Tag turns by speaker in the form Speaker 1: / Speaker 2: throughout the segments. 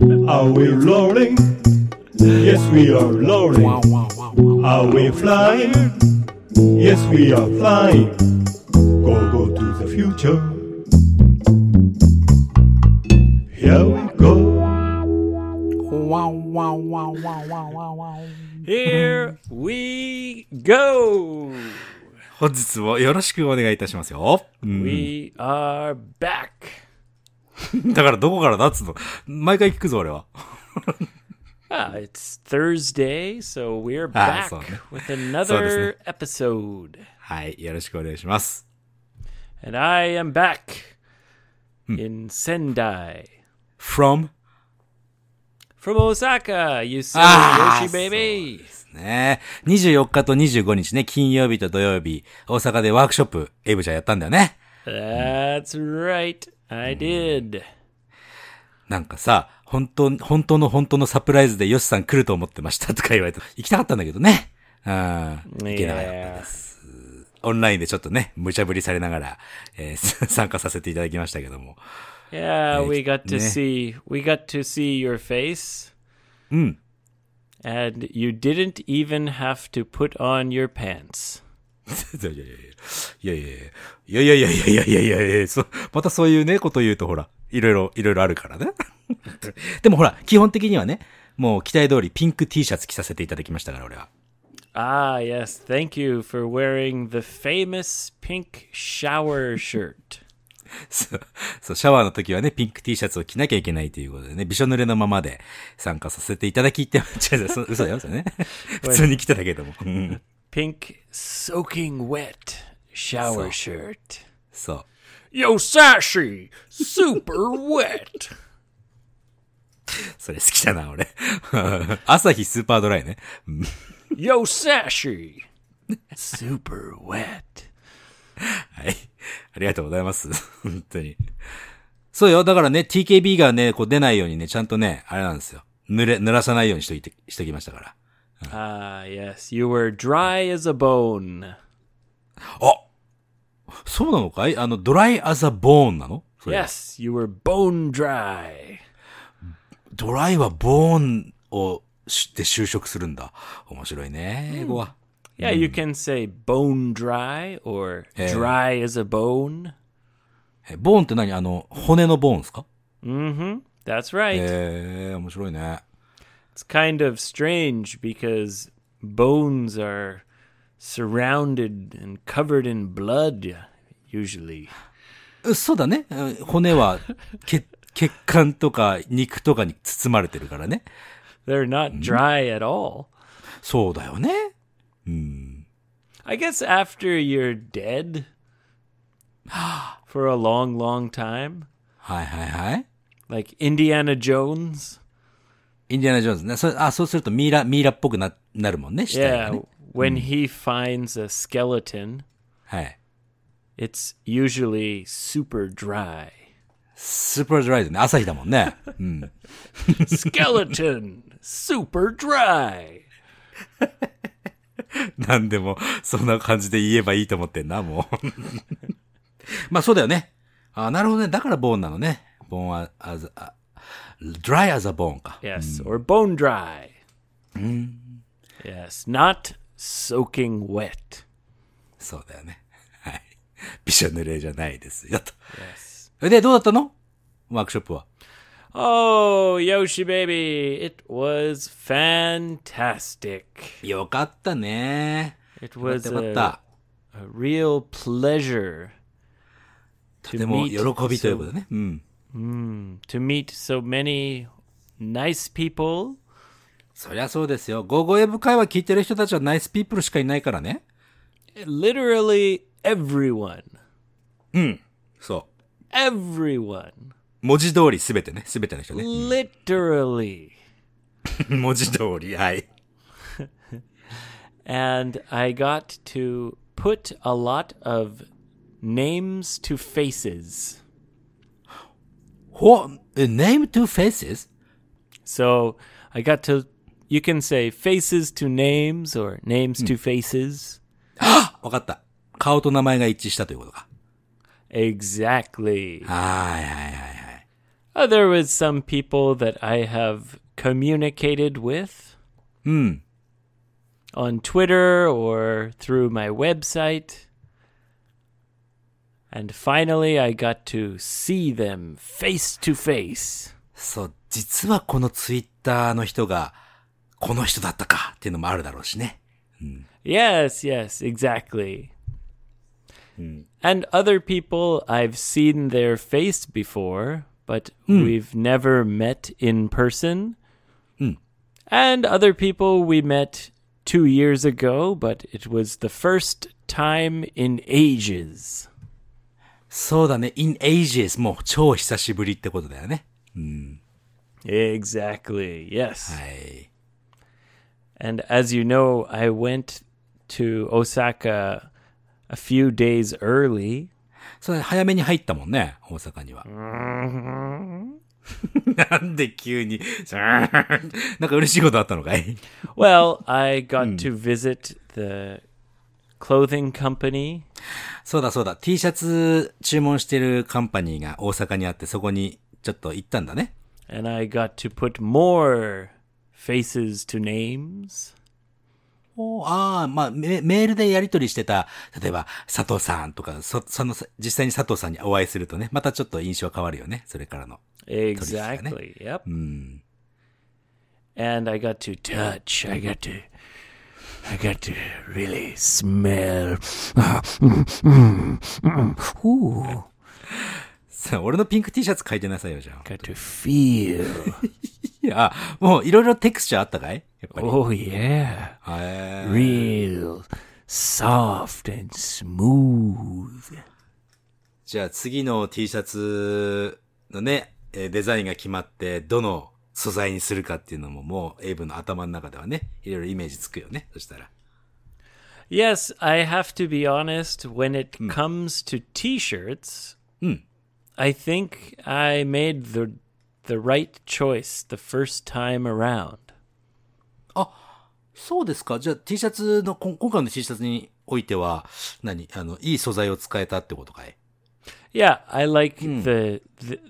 Speaker 1: we rolling? Yes, we are rolling. Are we flying? Yes, we are flying. Go, go to the future. Here we go.
Speaker 2: Here we go!
Speaker 3: 本日もよろしくお願いいたしますよ。うん、
Speaker 2: We are back!
Speaker 3: だからどこからだっつうの毎回聞くぞ、俺は。
Speaker 2: Ah, it's Thursday, so we're
Speaker 3: Ah,
Speaker 2: back
Speaker 3: so-
Speaker 2: with another episode.
Speaker 3: はい、よろしくお願いします。
Speaker 2: And I am back
Speaker 3: Hmm.
Speaker 2: in Sendai.
Speaker 3: from
Speaker 2: From Osaka, you silly
Speaker 3: Ah,
Speaker 2: Yoshi baby!
Speaker 3: ね24日と25日ね、金曜日と土曜日、大阪でワークショップ、エイブちゃんやったんだよね。
Speaker 2: That's right, I
Speaker 3: Hmm.
Speaker 2: did.
Speaker 3: なんかさ、本当、本当の本当のサプライズでヨシさん来ると思ってましたとか言われて、行きたかったんだけどね。うん。行けなかったです。オンラインでちょっとね、無茶ぶりされながら、えー参加させていただきましたけども。
Speaker 2: Yeah, we got to
Speaker 3: yeah.
Speaker 2: see we got to see your face. Hmm. And you didn't even have to put on your pants.
Speaker 3: いやいやいやいやいやいやいやいやいやいやいやいやいやそまたそういうね、こと言うとほら、いろいろ、いろいろあるからね。 でもほら、基本的にはね、もう期待通りピンク T シャツ着させていただきましたから、俺は。
Speaker 2: Ah, yes, thank you for wearing the famous pink shower shirt.
Speaker 3: そう、そうシャワーの時はね、ピンク T シャツを着なきゃいけないということでね、びしょ濡れのままで参加させていただきって、 違う違うそ、嘘だよ、嘘だ ね。普通に着てたけども。うん、
Speaker 2: Pink soaking wet shower shirt.
Speaker 3: そう。
Speaker 2: Yo Sashi, super wet.
Speaker 3: それ好きだな、俺。 朝日スーパードライね。うん
Speaker 2: Yo Sashi, super wet.
Speaker 3: はい。ありがとうございます。 本当に。そうよ。だからね、TKB がね、こう出ないようにね、ちゃんとね、あれなんですよ。濡れ、濡らさないようにしといて、しときましたから。
Speaker 2: Ah, yes, you were dry as a bone.
Speaker 3: あそうなのかいあの、ドライアザボーンなのそれ
Speaker 2: Yes, you were bone dry.
Speaker 3: ドライはボーンを知って就職するんだ。面白いね、英語は。
Speaker 2: Yeah, you can say bone dry or
Speaker 3: Yeah.
Speaker 2: dry as a bone.
Speaker 3: えボーンって何あの、骨のボーンですか
Speaker 2: Mm-hmm. That's right.
Speaker 3: ええ面白いね。
Speaker 2: It's kind of strange because bones are surrounded and covered in blood usually.
Speaker 3: うそうだね。うん骨は血、血管とか肉とかに包まれてるからね。
Speaker 2: They're not dry at all.
Speaker 3: そうだよね。
Speaker 2: I guess after you're dead for a long, long time,
Speaker 3: はいはいはい。
Speaker 2: like Indiana Jones.
Speaker 3: インディアナ・ジョーンズね。それあ、そうするとミイラ、ミイラっぽくな、なるもんね、死体が
Speaker 2: Yeah,
Speaker 3: ね。
Speaker 2: when he finds a skeleton,
Speaker 3: はい。
Speaker 2: it's usually super dry.
Speaker 3: スーパードライズね。朝日だもんね。うん。
Speaker 2: Skeleton, super dry.
Speaker 3: なんでも、そんな感じで言えばいいと思ってんな、もう。まあそうだよね。あ、なるほどね。だからボーンなのね。ボーンは、あざ、あ、ドライアザボーンか。
Speaker 2: Yes, or bone dry. Yes, not soaking wet.
Speaker 3: そうだよね。はい。びしょ濡れじゃないですよ、と。
Speaker 2: Yes.
Speaker 3: それで、どうだったのワークショップは。
Speaker 2: Oh, Yoshi baby, it was fantastic.
Speaker 3: よかったね。
Speaker 2: It
Speaker 3: よか
Speaker 2: was
Speaker 3: ったよかっ
Speaker 2: a,
Speaker 3: た。
Speaker 2: a real pleasure
Speaker 3: とても喜びということね。うん。
Speaker 2: to meet so many nice people.
Speaker 3: そりゃそうですよ。ゴーゴーエブ会話聞いてる人たちはナイスピープルしかいないからね。
Speaker 2: literally everyone.
Speaker 3: そ
Speaker 2: Everyone.
Speaker 3: う。文字通りすべてね。すべての人ね。
Speaker 2: Literally.
Speaker 3: 文字通り、はい。
Speaker 2: And I got to put a lot of names to faces.
Speaker 3: ほ、え name to faces?
Speaker 2: So I got to, you can say faces to names or names to faces.
Speaker 3: わかった。顔と名前が一致したということか。
Speaker 2: Exactly.
Speaker 3: はいはいはいはい。
Speaker 2: Uh, there was some people that I have communicated with
Speaker 3: うん。
Speaker 2: on Twitter or through my website. And finally, I got to see them face to face.
Speaker 3: そう、実はこのツイッターの人が、この人だったかっていうのもあるだろうしね。
Speaker 2: Yes, yes, exactly. And other people, I've seen their face before, but we've never met in person. And other people we met two years ago, but it was the first time in ages.
Speaker 3: そうだね。in ages もう超久しぶりってことだよね。
Speaker 2: Exactly, yes.
Speaker 3: はい。
Speaker 2: And as you know, I went to Osaka a few days early.
Speaker 3: それ早めに入ったもんね、大阪には。なんで急に、 なんか嬉しいことあったのかい
Speaker 2: Well, I got to visit the clothing company.
Speaker 3: そうだそうだ、T シャツ注文してるカンパニーが大阪にあって、そこにちょっと行ったんだね。
Speaker 2: and I got to put more faces to names.
Speaker 3: おーああ、まあメ、メールでやり取りしてた、例えば、佐藤さんとか、そ、その、実際に佐藤さんにお会いするとね、またちょっと印象変わるよね、それからの。
Speaker 2: Exactly. Yep. And I got to touch. I got to. I got to really smell.
Speaker 3: さ俺のピンク T シャツ書いてなさいよ、じゃあ。
Speaker 2: Got to feel.
Speaker 3: いや、もういろいろテクスチャーあったかいやっぱり。
Speaker 2: Oh yeah.
Speaker 3: へー
Speaker 2: Real soft and smooth.
Speaker 3: じゃあ次の T シャツのね、えーデザインが決まって、どの素材にするかっていうのももうエイブの頭の中ではね、いろいろイメージつくよね。そしたら。
Speaker 2: Yes, I have to be honest. When it comes to T-shirts, I think I made the the right choice the first time around.
Speaker 3: そうですか。じゃあ T シャツの、こん今回の T シャツにおいては、何あの、いい素材を使えたってことかい
Speaker 2: Yeah, I like the, the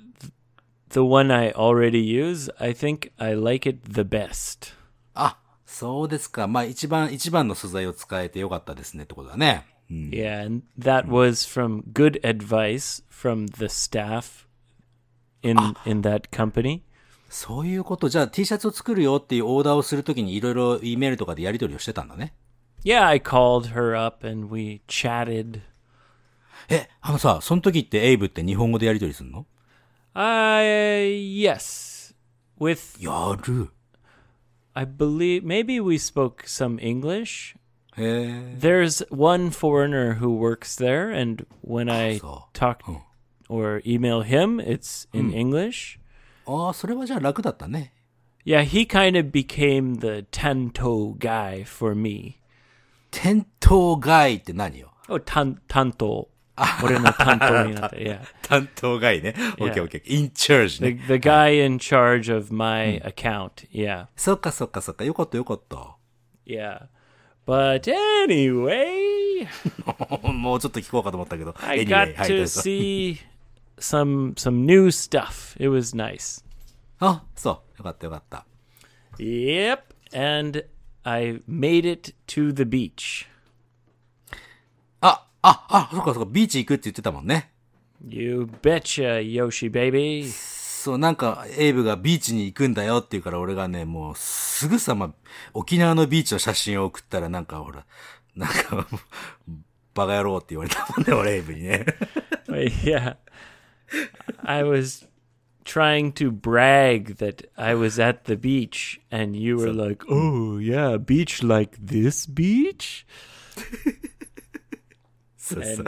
Speaker 2: the one I already use. I think I like it the best.
Speaker 3: あ、そうですか。まあ一番、一番の素材を使えてよかったですねってことだね。
Speaker 2: Yeah, and that was from good advice from the staff in in that company.
Speaker 3: そういうこと。じゃあ T シャツを作るよっていうオーダーをするときにいろいろ E メールとかでやり取りをしてたんだね。
Speaker 2: Yeah, I called her up and we chatted.
Speaker 3: え、あのさ、その時ってエイブって日本語でやり取りするの
Speaker 2: Uh, yes. With
Speaker 3: やる。
Speaker 2: I believe maybe we spoke some English.
Speaker 3: へえ。
Speaker 2: There's one foreigner who works there, and when I
Speaker 3: so.
Speaker 2: talk or email him, it's in English.
Speaker 3: ああ、それはじゃあ楽だったね。
Speaker 2: Yeah, he kind of became the tanto guy for me.
Speaker 3: 店頭外って何よ
Speaker 2: Oh, tan tanto. 俺の担当になった。yeah,
Speaker 3: 担当外ね。オッケ
Speaker 2: Yeah.
Speaker 3: ーオッケー。インチャージ
Speaker 2: the
Speaker 3: ね。
Speaker 2: the guy in charge of my account. Yeah,
Speaker 3: そっかそっかそっか。よかったよかった。
Speaker 2: yeah. But anyway.
Speaker 3: もうちょっと聞こうかと思ったけど。
Speaker 2: I
Speaker 3: Anyway,
Speaker 2: got
Speaker 3: はいど
Speaker 2: to
Speaker 3: うぞ
Speaker 2: see some some new stuff. It was nice.
Speaker 3: あ、そう。よかったよかった。
Speaker 2: Yep, and I made it to the beach.
Speaker 3: あ、あ、あ、そっかそっか。ビーチ行くって言ってたもんね。
Speaker 2: You betcha, Yoshi baby.
Speaker 3: そう、なんか、エイブがビーチに行くんだよって言うから、俺がね、もう、すぐさま、沖縄のビーチの写真を送ったら、なんか、ほら、なんか、バカ野郎って言われたもんね、俺、エイブにね。
Speaker 2: yeah, I was trying to brag that I was at the beach, and you were like, "Oh yeah, beach like this beach."
Speaker 3: そうそう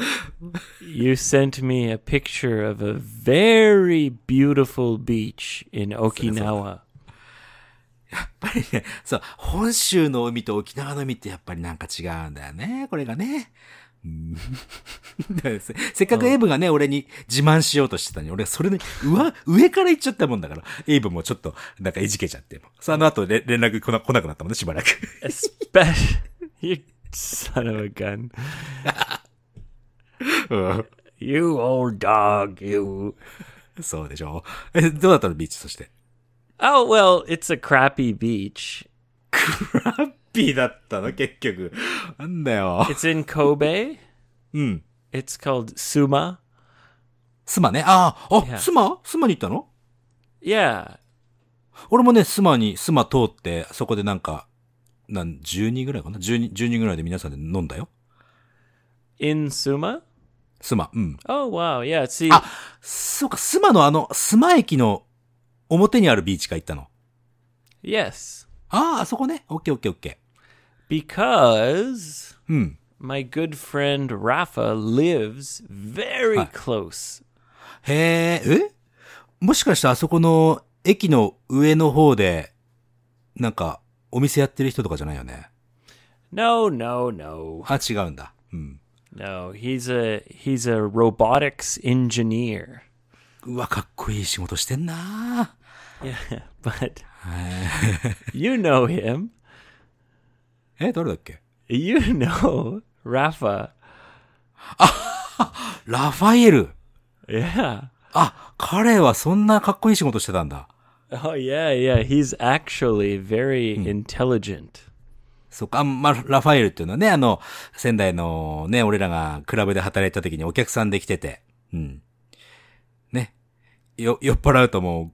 Speaker 2: You sent me a picture of a very beautiful beach in Okinawa.
Speaker 3: やっぱりね、そう、本州の海と沖縄の海ってやっぱりなんか違うんだよね、これがね。 うんだからせせっかくエイブがね、俺に自慢しようとしてたのに、俺はそれに、うわ、上から行っちゃったもんだから、エイブもちょっと、なんかいじけちゃっても。そう、あの後れ連絡来な来なくなったもんね、しばらく。
Speaker 2: Especially, you son of a gun.
Speaker 3: うん、
Speaker 2: You old dog, you.
Speaker 3: そうでしょ。え、どうだったのビーチ、そして。
Speaker 2: Oh, well, it's a crappy beach.
Speaker 3: クラッピーだったの、結局。なんだよ。
Speaker 2: It's in Kobe.
Speaker 3: うん。
Speaker 2: It's called Suma.
Speaker 3: スマね。ああ、あ、
Speaker 2: Yeah.
Speaker 3: スマスマに行ったの
Speaker 2: Yeah.
Speaker 3: 俺もね、スマに、スマ通って、そこでなんか、なん、10人ぐらいかな ?10 人、10人ぐらいで皆さんで飲んだよ。
Speaker 2: In Suma?
Speaker 3: スマ、うん。
Speaker 2: Oh, wow. Yeah. See,
Speaker 3: あ、そうか、スマのあの、スマ駅の表にあるビーチか行ったの。
Speaker 2: yes.
Speaker 3: ああ、あそこね。オッケーオッケーオッケ
Speaker 2: Because
Speaker 3: ー。うん。
Speaker 2: my good friend Rafa lives very
Speaker 3: Hi.
Speaker 2: close.
Speaker 3: へえ、えもしかしてあそこの駅の上の方で、なんか、お店やってる人とかじゃないよね。
Speaker 2: No, no, no.
Speaker 3: あ、違うんだ。うん。
Speaker 2: No, he's a he's a robotics engineer.
Speaker 3: うわ、かっこいい仕事してんな
Speaker 2: Yeah, but you know him.
Speaker 3: え、誰だっけ
Speaker 2: You know Rafa.
Speaker 3: ラファエル。
Speaker 2: Yeah.
Speaker 3: あ、彼はそんなかっこいい仕事してたんだ。
Speaker 2: Oh yeah, yeah. He's actually very intelligent.
Speaker 3: そっか、あまあ、ラファエルっていうのはね、あの、仙台のね、俺らがクラブで働いた時にお客さんで来てて、うん。ね。よ、酔っ払うとも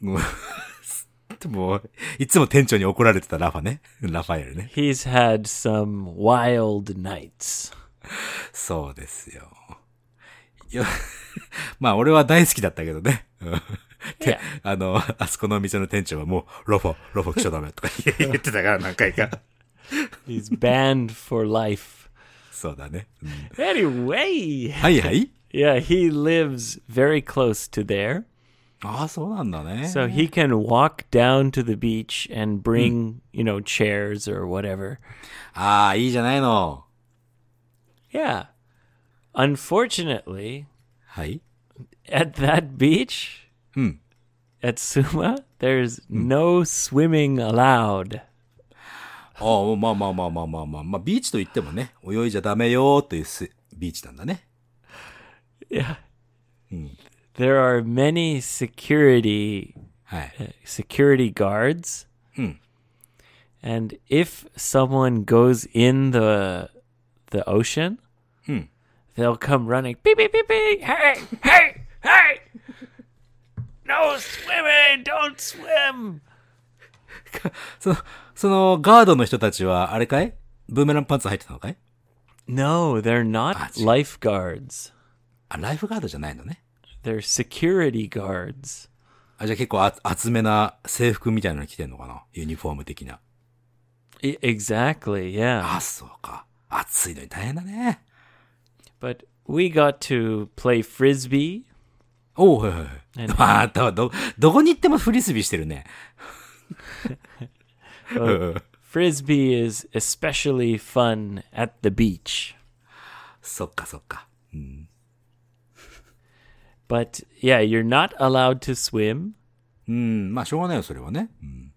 Speaker 3: う、 もう、もういつも店長に怒られてたラファね。ラファエルね。
Speaker 2: He's had some wild nights.
Speaker 3: そうですよ。よ、 まあ、俺は大好きだったけどね。うん
Speaker 2: いや
Speaker 3: てあの、あそこのお店の店長はもう、ラファ、ラファ来ちゃダメとか言ってたから何回か。
Speaker 2: He's banned for life.
Speaker 3: そうだね。うん
Speaker 2: Anyway,
Speaker 3: はいはい。
Speaker 2: yeah, he lives very close to there,
Speaker 3: ああ、そうなんだね。
Speaker 2: so he can walk down to the beach and bring, you know, chairs or whatever.
Speaker 3: ああ、いいじゃないの。
Speaker 2: Yeah. Unfortunately,
Speaker 3: はい。
Speaker 2: at that beach
Speaker 3: Hmm.
Speaker 2: at Suma, there's no swimming allowed.
Speaker 3: ああ、まあまあまあまあまあまあ、まあ、ビーチと言ってもね、泳いじゃダメよーというすビーチなんだね。
Speaker 2: Yeah. There are many security
Speaker 3: はい。
Speaker 2: security guards.
Speaker 3: Hmm.
Speaker 2: And if someone goes in the the ocean,
Speaker 3: Hmm.
Speaker 2: they'll come running. Beep beep beep beep. Hey, hey, hey. No swimming, don't swim.
Speaker 3: その、その、ガードの人たちは、あれかいブーメランパンツ入ってたのかい
Speaker 2: No, they're not
Speaker 3: Ah, gee.
Speaker 2: lifeguards.
Speaker 3: あ、ライフガードじゃないのね。
Speaker 2: They're security guards.
Speaker 3: あ、じゃあ結構あ厚めな制服みたいなの着てんのかなユニフォーム的な。
Speaker 2: I- E, exactly, yeah.
Speaker 3: あ、そうか。暑いのに大変だね。
Speaker 2: But we got to play frisbee.
Speaker 3: おう、はいはいはい
Speaker 2: ね。
Speaker 3: あんたはど、どこに行ってもフリスビーしてるね。うん
Speaker 2: Frisbee is especially fun at the beach.
Speaker 3: そっかそっか。うん。
Speaker 2: But yeah, you're not allowed to swim.
Speaker 3: うん、まあしょうがないよ、それはね。うん。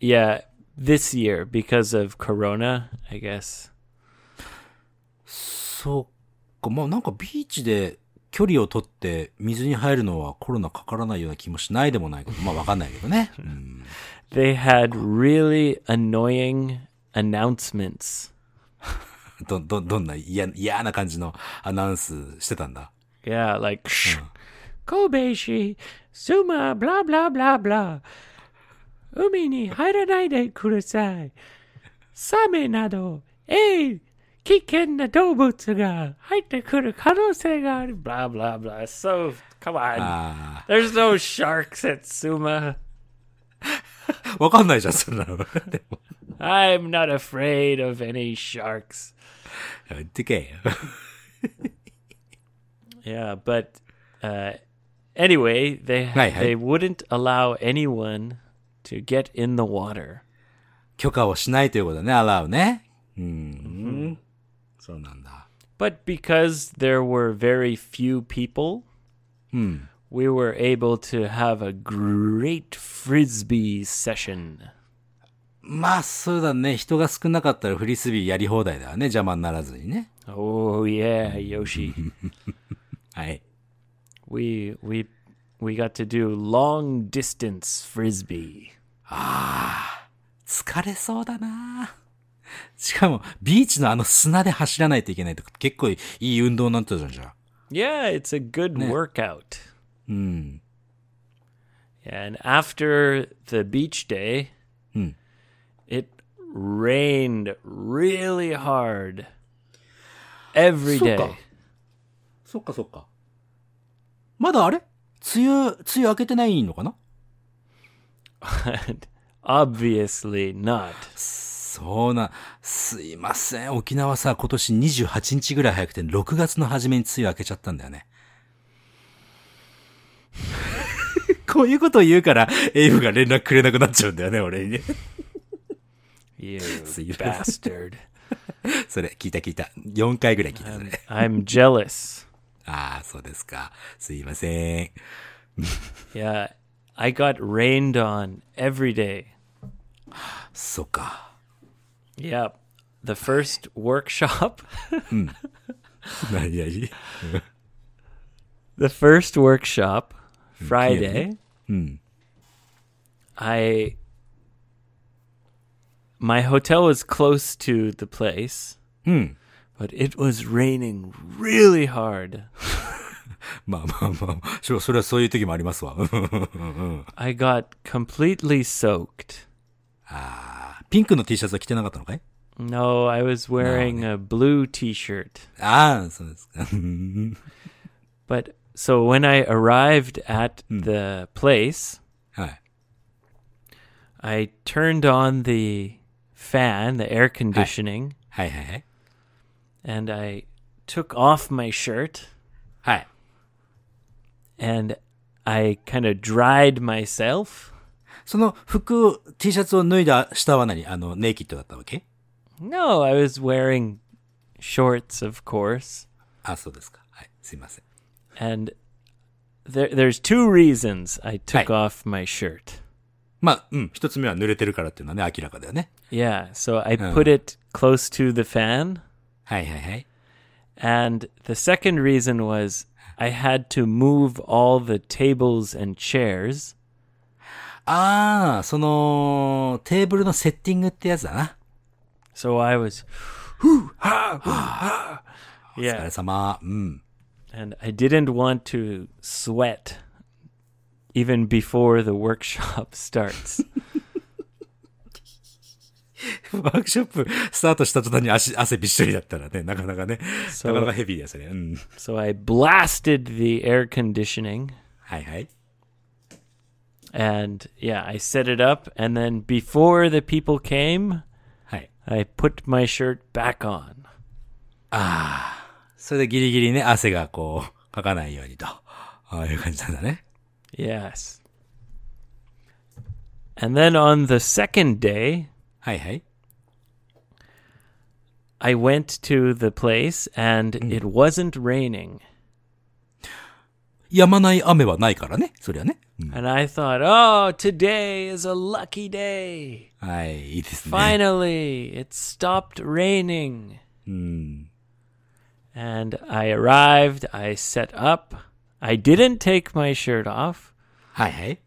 Speaker 2: Yeah, this year because of corona, I guess.
Speaker 3: そうか、まあなんかビーチで距離を取って水に入るのはコロナかからないような気もしないでもないけ ど、まあわかんないけどね。うん、
Speaker 2: They had really annoying announcements.
Speaker 3: ど、ど、どんな嫌、嫌な感じのアナウンスしてたんだ。
Speaker 2: Yeah, like
Speaker 3: Hmm.
Speaker 2: shh, Kobeshi, Suma, blah blah blah blah. Umi ni haranai de kurasai. Same nado, eh, kiken na doubutsu ga haite kuru kanosei ga aru. Blah blah blah. So come on,
Speaker 3: あ
Speaker 2: there's no sharks at Suma.
Speaker 3: あ、わかんないじゃん、そんな の。でも、
Speaker 2: I'm not afraid of any sharks.
Speaker 3: やめてけ。
Speaker 2: Yeah, but uh, anyway, they
Speaker 3: Right, hey.
Speaker 2: they wouldn't allow anyone to get in the water.
Speaker 3: 許可をしないということだね、アラウね。うん。そうなんだ。
Speaker 2: But because there were very few people, we were able to have a great frisbee session.
Speaker 3: まあ、そうだね。人が少なかったらフリスビーやり放題だよね。邪魔にならずにね。
Speaker 2: Oh yeah, Yoshi.
Speaker 3: はい。
Speaker 2: we we We got to do long distance frisbee.
Speaker 3: 疲れそうだなしかも、ビーチのあの砂で走らないといけないとか、結構いい運動になってたじゃん、じゃあ。
Speaker 2: Yeah, it's a good workout.
Speaker 3: うん。
Speaker 2: And after the beach day,
Speaker 3: Hmm.
Speaker 2: it rained really hard every
Speaker 3: そう
Speaker 2: day.
Speaker 3: か。そっかそっか。まだあれ梅雨、梅雨明けてないのかな
Speaker 2: But obviously not.
Speaker 3: そうな、すいません。沖縄さ、今年28日ぐらい早くて、6月の初めに梅雨明けちゃったんだよね。 こういうことを言うから、エイブが連絡くれなくなっちゃうんだよね、俺にね。
Speaker 2: You
Speaker 3: you-
Speaker 2: bastard.
Speaker 3: それ、聞いた聞いた。4回ぐらい聞いた、それ。
Speaker 2: I'm jealous.
Speaker 3: ああ、そうですか。すいません。
Speaker 2: Yeah, I got rained on every day.
Speaker 3: そっか。
Speaker 2: Yep. The first workshop,
Speaker 3: 何々
Speaker 2: the first workshop, Friday. I my hotel was close to the place. But it was raining really hard.
Speaker 3: まあまあまあ。そうそれはそういう時もありますわ。
Speaker 2: I got completely soaked.
Speaker 3: ピンクの T シャツは着てなかったのかい
Speaker 2: No, I was wearing a blue t-shirt.
Speaker 3: ああ、そうですか。
Speaker 2: But so when I arrived at the place,
Speaker 3: はい。
Speaker 2: I turned on the fan, the air conditioning,
Speaker 3: はいはいはい。
Speaker 2: and I took off my shirt
Speaker 3: はい。
Speaker 2: and I kind of dried myself.
Speaker 3: その服、T シャツを脱いだ下は何あの、ネイキッドだったわけ
Speaker 2: No, I was wearing shorts, of course.
Speaker 3: あ、そうですか。はい。すいません。
Speaker 2: And there, there's two reasons I took
Speaker 3: Hi.
Speaker 2: off my shirt.
Speaker 3: まあ、うん。一つ目は濡れてるからっていうのはね、明らかだよね。
Speaker 2: Yeah, so I put it close to the fan.
Speaker 3: はいはいはい。
Speaker 2: And the second reason was I had to move all the tables and chairs.
Speaker 3: ああ、その、テーブルのセッティングってやつだな。
Speaker 2: So I was, whoo, ha, whoo, ha.
Speaker 3: お疲
Speaker 2: Yeah,
Speaker 3: れ様。うん。
Speaker 2: and I didn't want to sweat even before the workshop starts.
Speaker 3: ワークショップスタートした途端に足汗びっしょりだったらね、なかなかね、
Speaker 2: そう
Speaker 3: なかなかヘビーですね。うん。
Speaker 2: so I blasted the air conditioning
Speaker 3: はいはい。
Speaker 2: and yeah, I set it up. And then before the people came,
Speaker 3: はい。
Speaker 2: I put my shirt back on.
Speaker 3: それでギリギリね、汗がこう、かかないようにと。ああいう感じなんだね。
Speaker 2: Yes. And then on the second day,
Speaker 3: はいはい。
Speaker 2: I went to the place and it wasn't raining.
Speaker 3: やまない雨はないからね。そりゃね。うん、
Speaker 2: And I thought, oh, today is a lucky day.
Speaker 3: はい、いいですね。
Speaker 2: Finally, it stopped raining. And I arrived, I set up. I didn't take my shirt off.
Speaker 3: はいはい。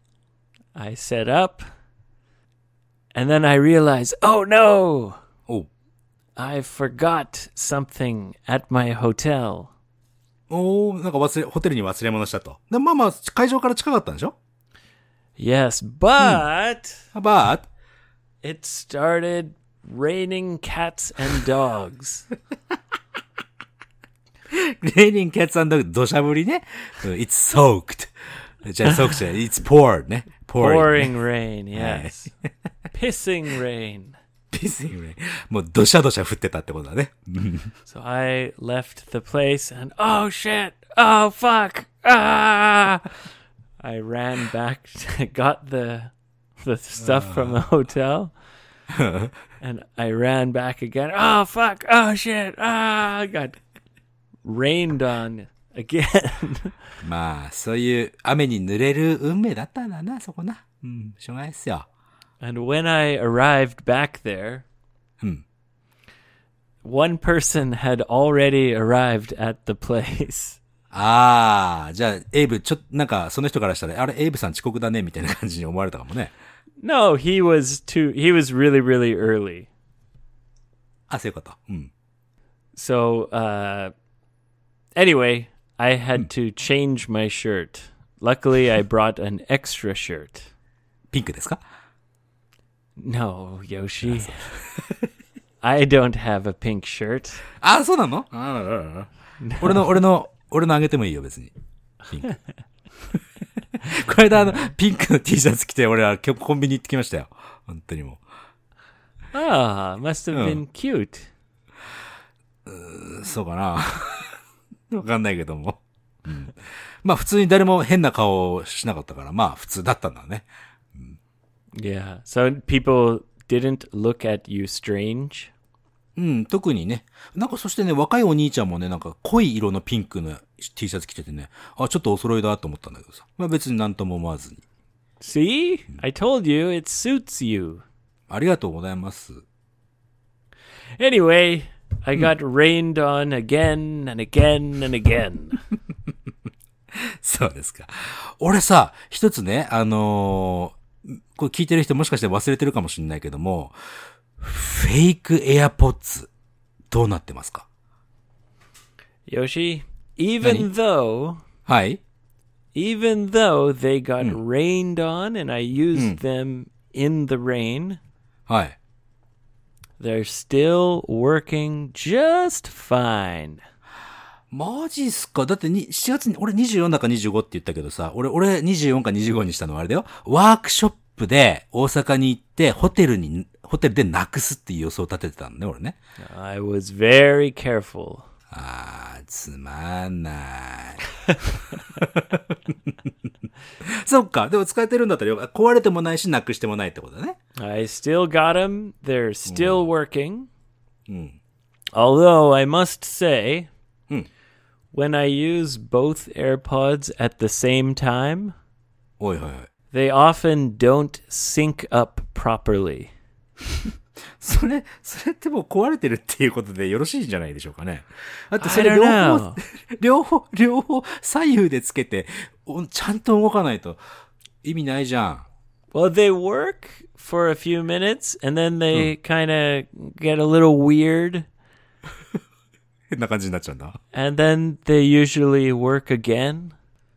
Speaker 2: I set up. And then I realized, oh no,
Speaker 3: おう
Speaker 2: I forgot something at my hotel.
Speaker 3: おーなんか忘れ、ホテルに忘れ物したと。で、まあまあ、会場から近かったんでしょ
Speaker 2: Yes, but.
Speaker 3: バー
Speaker 2: It started raining cats and dogs.
Speaker 3: レーニンキャッツ土砂降りね。うん It's soaked. じゃあ、soaked じゃない It's poured ね。pouring.
Speaker 2: Pouring rain, yes. Pissing rain.
Speaker 3: Pissing rain. もう、どしゃどしゃ降ってたってことだね。
Speaker 2: So I left the place and oh shit. Oh fuck. Ah! I ran back, got the the stuff from the hotel. and I ran back again. Oh fuck. Oh shit. Ah, I got rained on again.
Speaker 3: まあ、そういう雨に濡れる運命だったんだな、そこな。うん、しょうがないっすよ。
Speaker 2: And when I arrived back there, one person had already arrived at the place.
Speaker 3: ああ、じゃあ、エイブ、ちょっと、なんか、その人からしたら、あれ、エイブさん遅刻だね、みたいな感じに思われたかもね。
Speaker 2: No, he was too. He was really, really early.
Speaker 3: あ、そういうこと。うん。
Speaker 2: So, uh, anyway, I had to change my shirt. Luckily, I brought an extra shirt.
Speaker 3: ピンクですか
Speaker 2: No, Yoshi. I don't have a pink shirt.
Speaker 3: あ、そうなのあらららら俺の、俺の、俺のあげてもいいよ、別に。ピ ンク。この間、あの、ピンクの T シャツ着て、俺は今日コンビニ行ってきましたよ。本当にも
Speaker 2: Ah, must have been cute.
Speaker 3: う。そうかな。わかんないけども。うんまあ、普通に誰も変な顔をしなかったから、まあ、普通だったんだね。
Speaker 2: Yeah. So people didn't look at you strange.
Speaker 3: うん、特にね。なんかそしてね、若いお兄ちゃんもね、なんか濃い色のピンクの T シャツ着ててね、あ、ちょっとお揃いだと思ったんだけどさ。まあ別になんとも思わずに。
Speaker 2: See? I told you it suits you.
Speaker 3: ありがとうございます。
Speaker 2: Anyway, I got rained on again and again and again.
Speaker 3: そうですか。俺さ、一つね、あのーこれ聞いてる人もしかして忘れてるかもしれないけども、フェイクエアポッツ、どうなってますか
Speaker 2: Yoshi, even
Speaker 3: Nani?
Speaker 2: though
Speaker 3: はい。
Speaker 2: even though they got rained on and I used them in the rain,
Speaker 3: はい。
Speaker 2: they're still working just fine.
Speaker 3: マジっすかだってに7月に、俺24だか25って言ったけどさ、俺、俺24か25にしたのはあれだよ。ワークショップで大阪に行って、ホテルに、ホテルでなくすっていう予想を立ててたんだね、俺ね。
Speaker 2: I was very careful.
Speaker 3: あー、つまん ない。そっか。でも使えてるんだったらよかった壊れてもないし、なくしてもないってことだね。
Speaker 2: I still got them. They're still working. Although I must say, when I use both AirPods at the same time,
Speaker 3: おいおいおい。
Speaker 2: they often don't sync up properly.
Speaker 3: それ、それってもう壊れてるっていうことでよろしいんじゃないでしょうかね。だってそ
Speaker 2: I
Speaker 3: れ
Speaker 2: don't
Speaker 3: 両方
Speaker 2: know.、
Speaker 3: 両方、両方左右でつけて、おちゃんと動かないと意味ないじゃん。
Speaker 2: Well, they work for a few minutes and then they kind of get a little weird
Speaker 3: 変な感じになっちゃうんだ。
Speaker 2: and then they usually work again.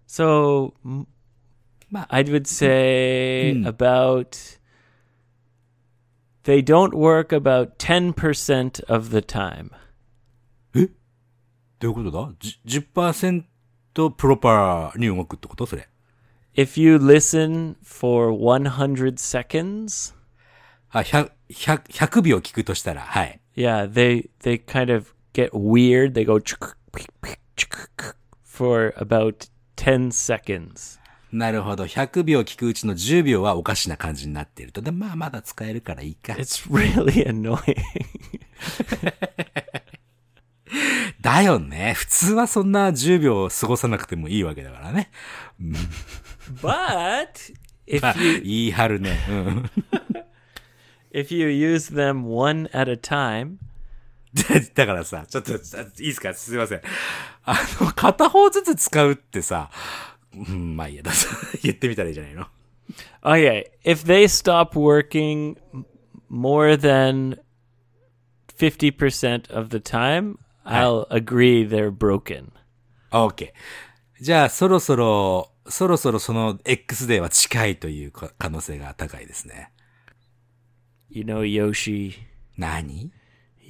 Speaker 2: So m-
Speaker 3: Ma-
Speaker 2: I would say about they don't work about 10% of the time.
Speaker 3: どういうことだじ ?10% プロパーに動くってことそれ。
Speaker 2: If you listen for 100 seconds,
Speaker 3: あ、100、100、100秒聞くとしたら、はい。
Speaker 2: yeah, they they kind of get weird. They go for about 10 seconds.
Speaker 3: なるほど。100秒聞くうちの10秒はおかしな感じになっていると。で、まあまだ使えるからいいか。
Speaker 2: It's really annoying.
Speaker 3: だよね。普通はそんな10秒過ごさなくてもいいわけだからね。
Speaker 2: but if
Speaker 3: あ
Speaker 2: you
Speaker 3: 言い張るね。うん。
Speaker 2: if you use them one at a time,
Speaker 3: だだからさ、ちょっと、あいいですかすいません。あの、片方ずつ使うってさ、うん、まあいいや、だ 言ってみたらいいじゃないの。
Speaker 2: okay, if they stop working m- more than 50% of the time, I'll agree they're broken.
Speaker 3: あ OK。じゃあ、そろそろ、そろそろその X デーは近いというか可能性が高いですね。
Speaker 2: You know, Yoshi,
Speaker 3: 何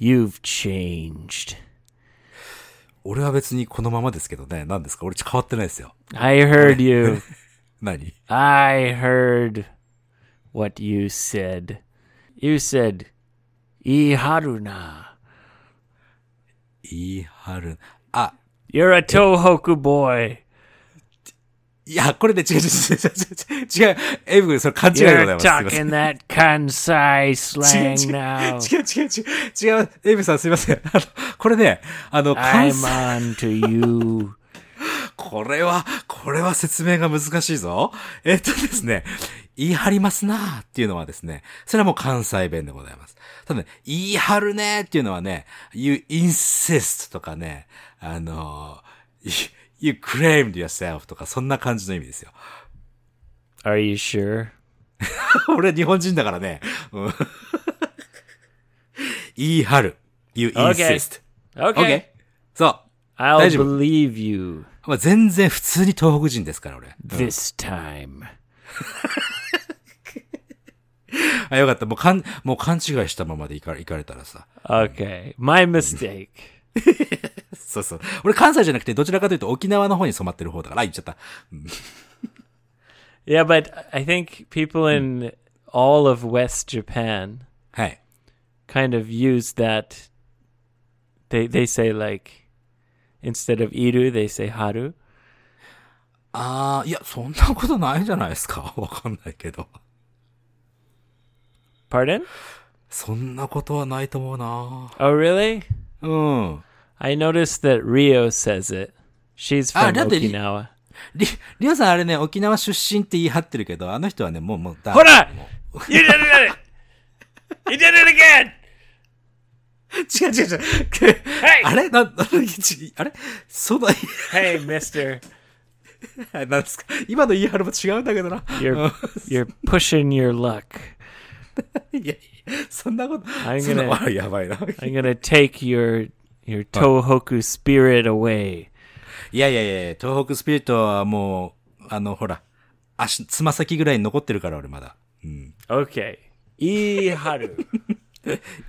Speaker 2: you've changed.
Speaker 3: 俺は別にこのままですけどね。何ですか俺変わってないですよ。
Speaker 2: I heard you.
Speaker 3: 何
Speaker 2: I heard what you said. You said, Iharuna,
Speaker 3: 言い張る。あ、
Speaker 2: you're a Tohoku boy.
Speaker 3: いや、これで違う違う違う違う違う。違う。エイブ君、それ勘違いでござ
Speaker 2: You're
Speaker 3: います。すいま せん
Speaker 2: talking that Kansai slang
Speaker 3: 違う違う
Speaker 2: now.
Speaker 3: 違う違う違う。エイブさんすいません。あ の、これね、あの、関
Speaker 2: I'm
Speaker 3: 西
Speaker 2: on to you.
Speaker 3: これは、これは説明が難しいぞ。えっとですね、言い張りますなーっていうのはですね、それはもう関西弁でございます。ただね、言い張るねーっていうのはね、you insist とかね、あのー you claimed yourself とか、そんな感じの意味ですよ。
Speaker 2: Are you sure?
Speaker 3: 俺日本人だからね。うん 言い張る。you
Speaker 2: Okay.
Speaker 3: insist.
Speaker 2: Okay. Oh.
Speaker 3: そう。
Speaker 2: I'll
Speaker 3: 大丈夫
Speaker 2: believe you
Speaker 3: まあ、全然普通に東北人ですから、俺。
Speaker 2: this time.
Speaker 3: あ、よかった。もうかん、もう勘違いしたままで行か行かれたらさ。
Speaker 2: Okay. My mistake.
Speaker 3: そうそう。俺関西じゃなくて、どちらかというと沖縄の方に染まってる方だから、あ言っちゃった。
Speaker 2: Yeah, but I think people in all of West Japan
Speaker 3: はい。
Speaker 2: kind of use that. They they say like instead of iru they say haru.
Speaker 3: あー、いや、そんなことないじゃないですか。 わかんないけど。
Speaker 2: Pardon?
Speaker 3: そんなことはないと思うな
Speaker 2: Oh, really?
Speaker 3: うん。
Speaker 2: I noticed that Rio says it. She's from
Speaker 3: Ah, that did-
Speaker 2: Okinawa.
Speaker 3: り、りおさんあれね、沖縄出身って言い張ってるけど、あの人はね、もう、もう、だ
Speaker 2: Hola! You did it! You did it again!
Speaker 3: 違う違う違う。 あれな、な、ちあれその、
Speaker 2: Hey, mister.
Speaker 3: なんですか今の言い張りも違うんだけどな。
Speaker 2: You're you're pushing your luck.
Speaker 3: いやいや、そんなこと、
Speaker 2: I'm
Speaker 3: そんな
Speaker 2: gonna-
Speaker 3: あやばいな。
Speaker 2: I'm gonna take your your Tohoku spirit away.
Speaker 3: いやいやいや、東北スピリットはもう、あの、ほら、足、つま先ぐらいに残ってるから俺まだ。
Speaker 2: Okay. Iharu.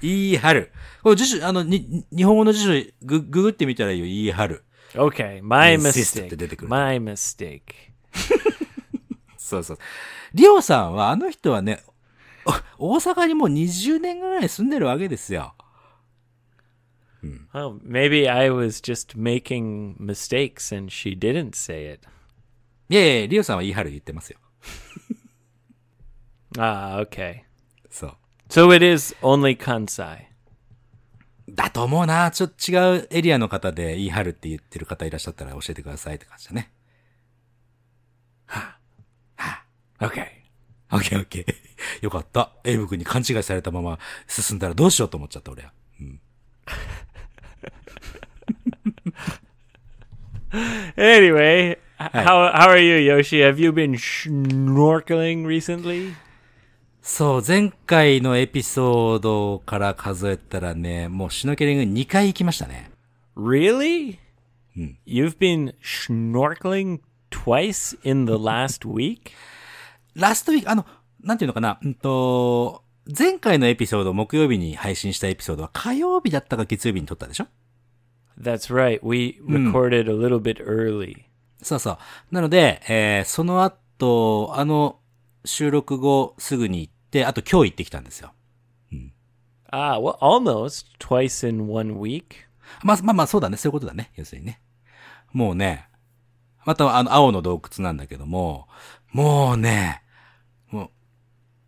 Speaker 3: 言い張る。これ辞書、あの、に、に日本語の辞書、ぐ、ググってみたらいいよ、言い張る。
Speaker 2: Okay, my
Speaker 3: Insist
Speaker 2: mistake.
Speaker 3: って出てくる。
Speaker 2: My mistake.
Speaker 3: そうそう。リオさんは、あの人はね、お大阪にもう20年ぐらい住んでるわけですよ。
Speaker 2: Oh, maybe I was just making mistakes and she didn't say it.
Speaker 3: いやいやいや、リオさんは言い張る言ってますよ。
Speaker 2: Ah, okay.
Speaker 3: そう。
Speaker 2: So it is only Kansai.
Speaker 3: だと思うな。ちょっと違うエリアの方で言い張るって言ってる方いらっしゃったら教えてくださいって感じだね。
Speaker 2: Okay.
Speaker 3: オッケーオッケー。 よかった。エイブ君に勘違いされたまま進んだらどうしようと思っちゃった俺は。
Speaker 2: Anyway, h- how how are you, Yoshi? Have you been snorkeling recently?
Speaker 3: そう、前回のエピソードから数えたらね、もうシュノーケリング2回行きましたね。
Speaker 2: Really? You've been snorkeling twice in the last week?
Speaker 3: ラストウィーク、あの、なんていうのかな、うんと、前回のエピソード、木曜日に配信したエピソードは火曜日だったか月曜日に撮ったでしょ
Speaker 2: That's right. We recorded a little bit early.
Speaker 3: そうそう。なので、えーその後、あの、収録後すぐに行って、あと今日行ってきたんですよ。
Speaker 2: Ah, well, almost twice in one week.
Speaker 3: まあまあまあ、そうだね。そういうことだね。要するにね。もうね、またあの、青の洞窟なんだけども、もうね、もう、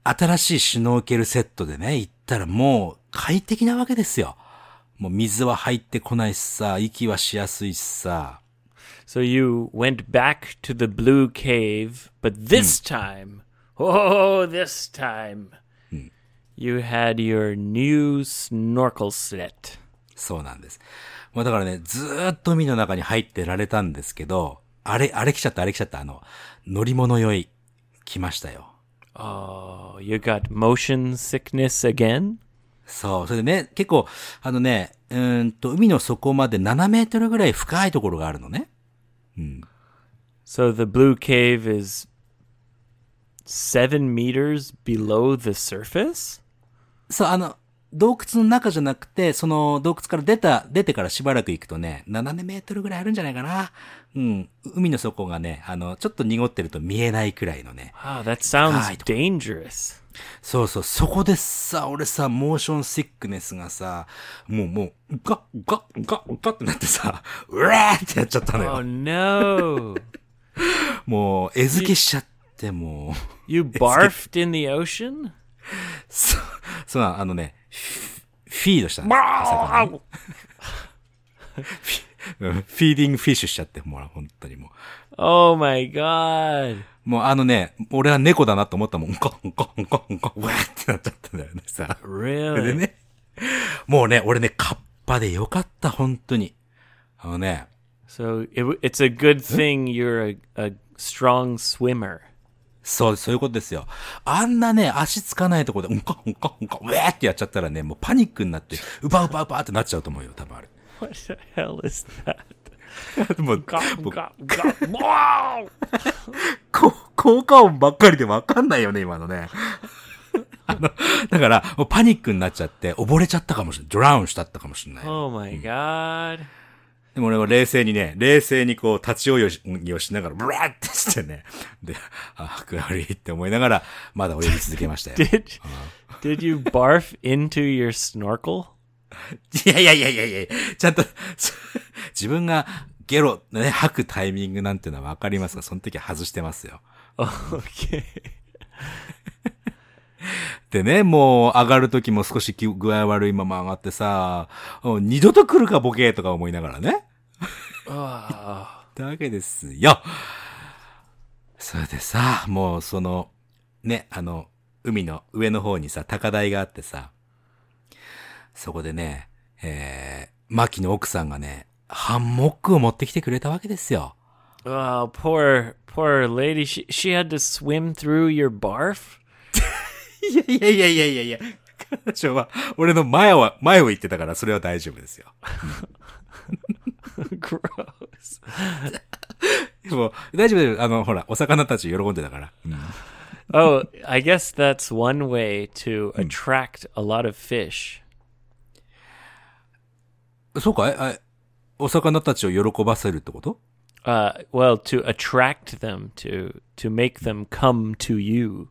Speaker 3: 新しいシュノーケルセットでね、行ったらもう快適なわけですよ。もう水は入ってこないしさ、息はしやすいしさ。
Speaker 2: So you went back to the blue cave, but this time, oh, this time, you had your new snorkel set.
Speaker 3: そうなんです。まあだからね、ずーっと海の中に入ってられたんですけど、あれ、あれ来ちゃった、あれ来ちゃった、あの、乗り物酔い、来ましたよ。
Speaker 2: Oh, you got motion sickness again?
Speaker 3: そう。それでね、結構、あのね、うーんと、海の底まで7メートルぐらい深いところがあるのね。
Speaker 2: So the blue cave is seven meters below the surface?
Speaker 3: そう、あの、洞窟の中じゃなくて、その洞窟から出た、出てからしばらく行くとね、7メートルぐらいあるんじゃないかな。うん。海の底がね、あの、ちょっと濁ってると見えないくらいのね。
Speaker 2: Wow, Ah, that sounds
Speaker 3: Right.
Speaker 2: dangerous.
Speaker 3: そうそう、そこでさ、俺さ、モーションシックネスがさ、もうもう、ガッ、ガッ、ガッ、ガッってなってさ、うわーってやっちゃったの
Speaker 2: Oh
Speaker 3: よ。
Speaker 2: no.
Speaker 3: もう、餌付けしちゃって、もう。
Speaker 2: you barfed in the ocean?
Speaker 3: そう、そうなのあのね、フィフィードしたんです朝からねフィうんフィーディングフィッシュしちゃって、もう本当にも
Speaker 2: Oh my god.
Speaker 3: う。もうあのね、俺は猫だなと思ったもん、うんこ、うんこ、うんこ、うんこ、うわーってなっちゃったんだよね、さ。で
Speaker 2: Really?
Speaker 3: ね、もうね、俺ね、カッパでよかった、本当に。あのね、
Speaker 2: So it, w- it's a good thing you're a, a strong swimmer.
Speaker 3: そう、そういうことですよ。あんなね、足つかないところで、うんか、うんか、うんか、うえーってやっちゃったらね、もうパニックになって、うばうばうばってなっちゃうと思うよ、多分あれ。
Speaker 2: What the hell is that?
Speaker 3: もう、もう
Speaker 2: Got, got, wow!
Speaker 3: こ効果音ばっかりでわかんないよね、今のね。 あの、だから、もうパニックになっちゃって、溺れちゃったかもしれない。ドラウンしたったかもしれない。
Speaker 2: Oh my god.
Speaker 3: でも俺は冷静にね、冷静にこう立ち泳ぎをしながら、ブラーってしてね、で、あ、クラリーって思いながら、まだ泳ぎ続けましたよ。
Speaker 2: Did did you barf into your snorkel?
Speaker 3: いやいやいやいやいやちゃんと、そ自分がゲロ、ね、吐くタイミングなんてのはわかりますが、その時は外してますよ。
Speaker 2: Okay.
Speaker 3: でね、もう上がる時も少し気具合悪いまま上がってさ、もう二度と来るかボケーとか思いながらね。
Speaker 2: Oh,
Speaker 3: ったわけですよ。それでさ、もうその、ね、あの、海の上の方にさ、高台があってさ、そこでね、えー、マキの奥さんがね、ハンモックを持ってきてくれたわけですよ。
Speaker 2: oh, poor poor lady. She she had to swim through your barf.
Speaker 3: いやいやいやいやいやいや、彼女は、俺の前は、前を行ってたから、それは大丈夫ですよ。
Speaker 2: Oh. Gross.
Speaker 3: でも大丈夫大丈夫あの、ほら、お魚たち喜んでたから。うん
Speaker 2: Oh, I guess that's one way to attract a lot of fish.
Speaker 3: そうかいあお魚たちを喜ばせるってこと
Speaker 2: Uh, well, to attract them to to make them come to you.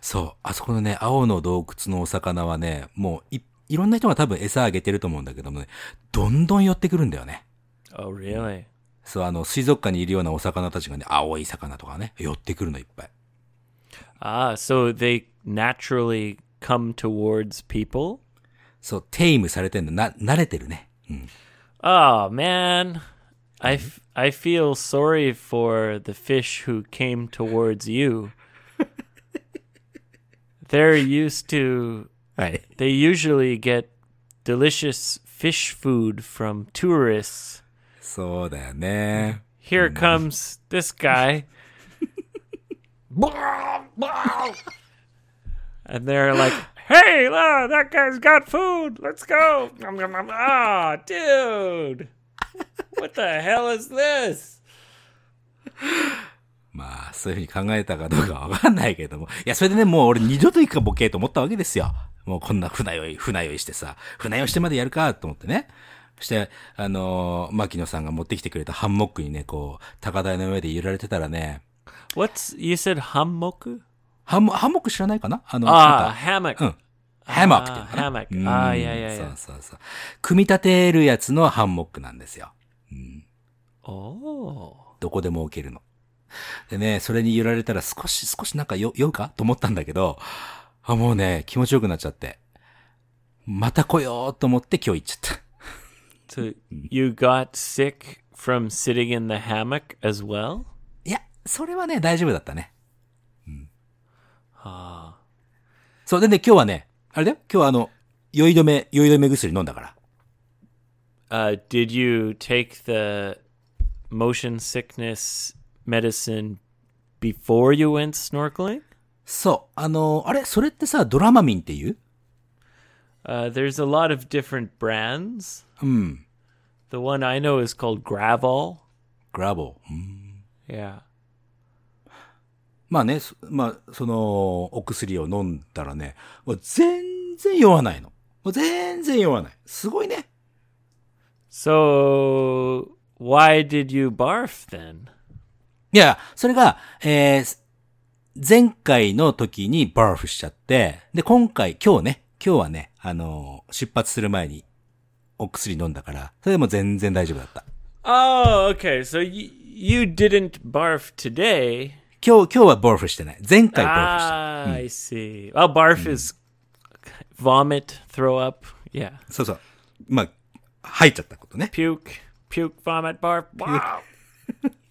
Speaker 3: そう。あそこのね、青の洞窟のお魚はね、もうい、いろんな人が多分餌あげてると思うんだけどもね、どんどん寄ってくるんだよね。
Speaker 2: Oh, really?
Speaker 3: そう、あの、水族館にいるようなお魚たちがね、青い魚とかね、寄ってくるのいっぱい。
Speaker 2: Ah, so they naturally come towards people.
Speaker 3: そう、テイムされてんの、な、慣れてるね。うん。
Speaker 2: Oh man, I, f- I feel sorry for the fish who came towards you. They're used to
Speaker 3: はい。
Speaker 2: they usually get delicious fish food from tourists.
Speaker 3: そうだよね。
Speaker 2: Here comes this guy. and they're like, hey, la, that guy's got food. Let's go. Nom, nom, nom. Ah, dude. What the hell is this?
Speaker 3: まあ、そういうふうに考えたかどうかわかんないけども。いや、それでね、もう俺二度と行くかボケーと思ったわけですよ。もうこんな船酔い、船酔いしてさ、船酔いしてまでやるかと思ってね。そして、あのー、牧野さんが持ってきてくれたハンモックにね、こう、高台の上で揺られてたらね、
Speaker 2: What's, you said hammoku?
Speaker 3: ハンモハンモック知らないかなあの、
Speaker 2: Ah,
Speaker 3: なん
Speaker 2: hammock.
Speaker 3: かうん。ハンモックってい
Speaker 2: Ah,
Speaker 3: うのかな
Speaker 2: hammock.
Speaker 3: うん
Speaker 2: Ah, yeah, yeah,
Speaker 3: そう
Speaker 2: yeah.
Speaker 3: そうそう。組み立てるやつのハンモックなんですよ。
Speaker 2: Oh.
Speaker 3: どこでも置けるの。でね、それに揺られたら少し少しなんか酔酔うかと思ったんだけど、あ、もうね、気持ちよくなっちゃって。また来ようと思って今日行っちゃった。
Speaker 2: So you got sick from sitting in the hammock as well?
Speaker 3: いや、それはね、大丈夫だったね。うん。そう、でね、今日はね、あれだよ今日はあの、酔い止め、酔い止め薬飲んだから。
Speaker 2: Uh, did you take the motion sickness medicine before you went snorkeling?
Speaker 3: そう、あの、あれそれってさ、ドラマミンっていう
Speaker 2: Uh, there's a lot of different brands.
Speaker 3: Hmm.
Speaker 2: The one I know is called Gravol.
Speaker 3: グラボー。うん
Speaker 2: Yeah.
Speaker 3: まあね、そまあ、その、お薬を飲んだらね、もう全然酔わないの。もう全然酔わない。すごいね。
Speaker 2: So why did you barf then?
Speaker 3: いや、それが、えー、前回の時にバーフしちゃって、で、今回、今日ね、今日はね、あのー出発する前にお薬飲んだから、それでも全然大丈夫だった。
Speaker 2: Oh, okay. So y- you didn't barf today.
Speaker 3: 今日、今日はバーフしてない。前回バーフした。
Speaker 2: Ah, I see. Well, barf is vomit, throw up. Yeah.
Speaker 3: そうそう。まあ、吐いちゃったことね。
Speaker 2: Puke, puke, vomit, barf. Wow.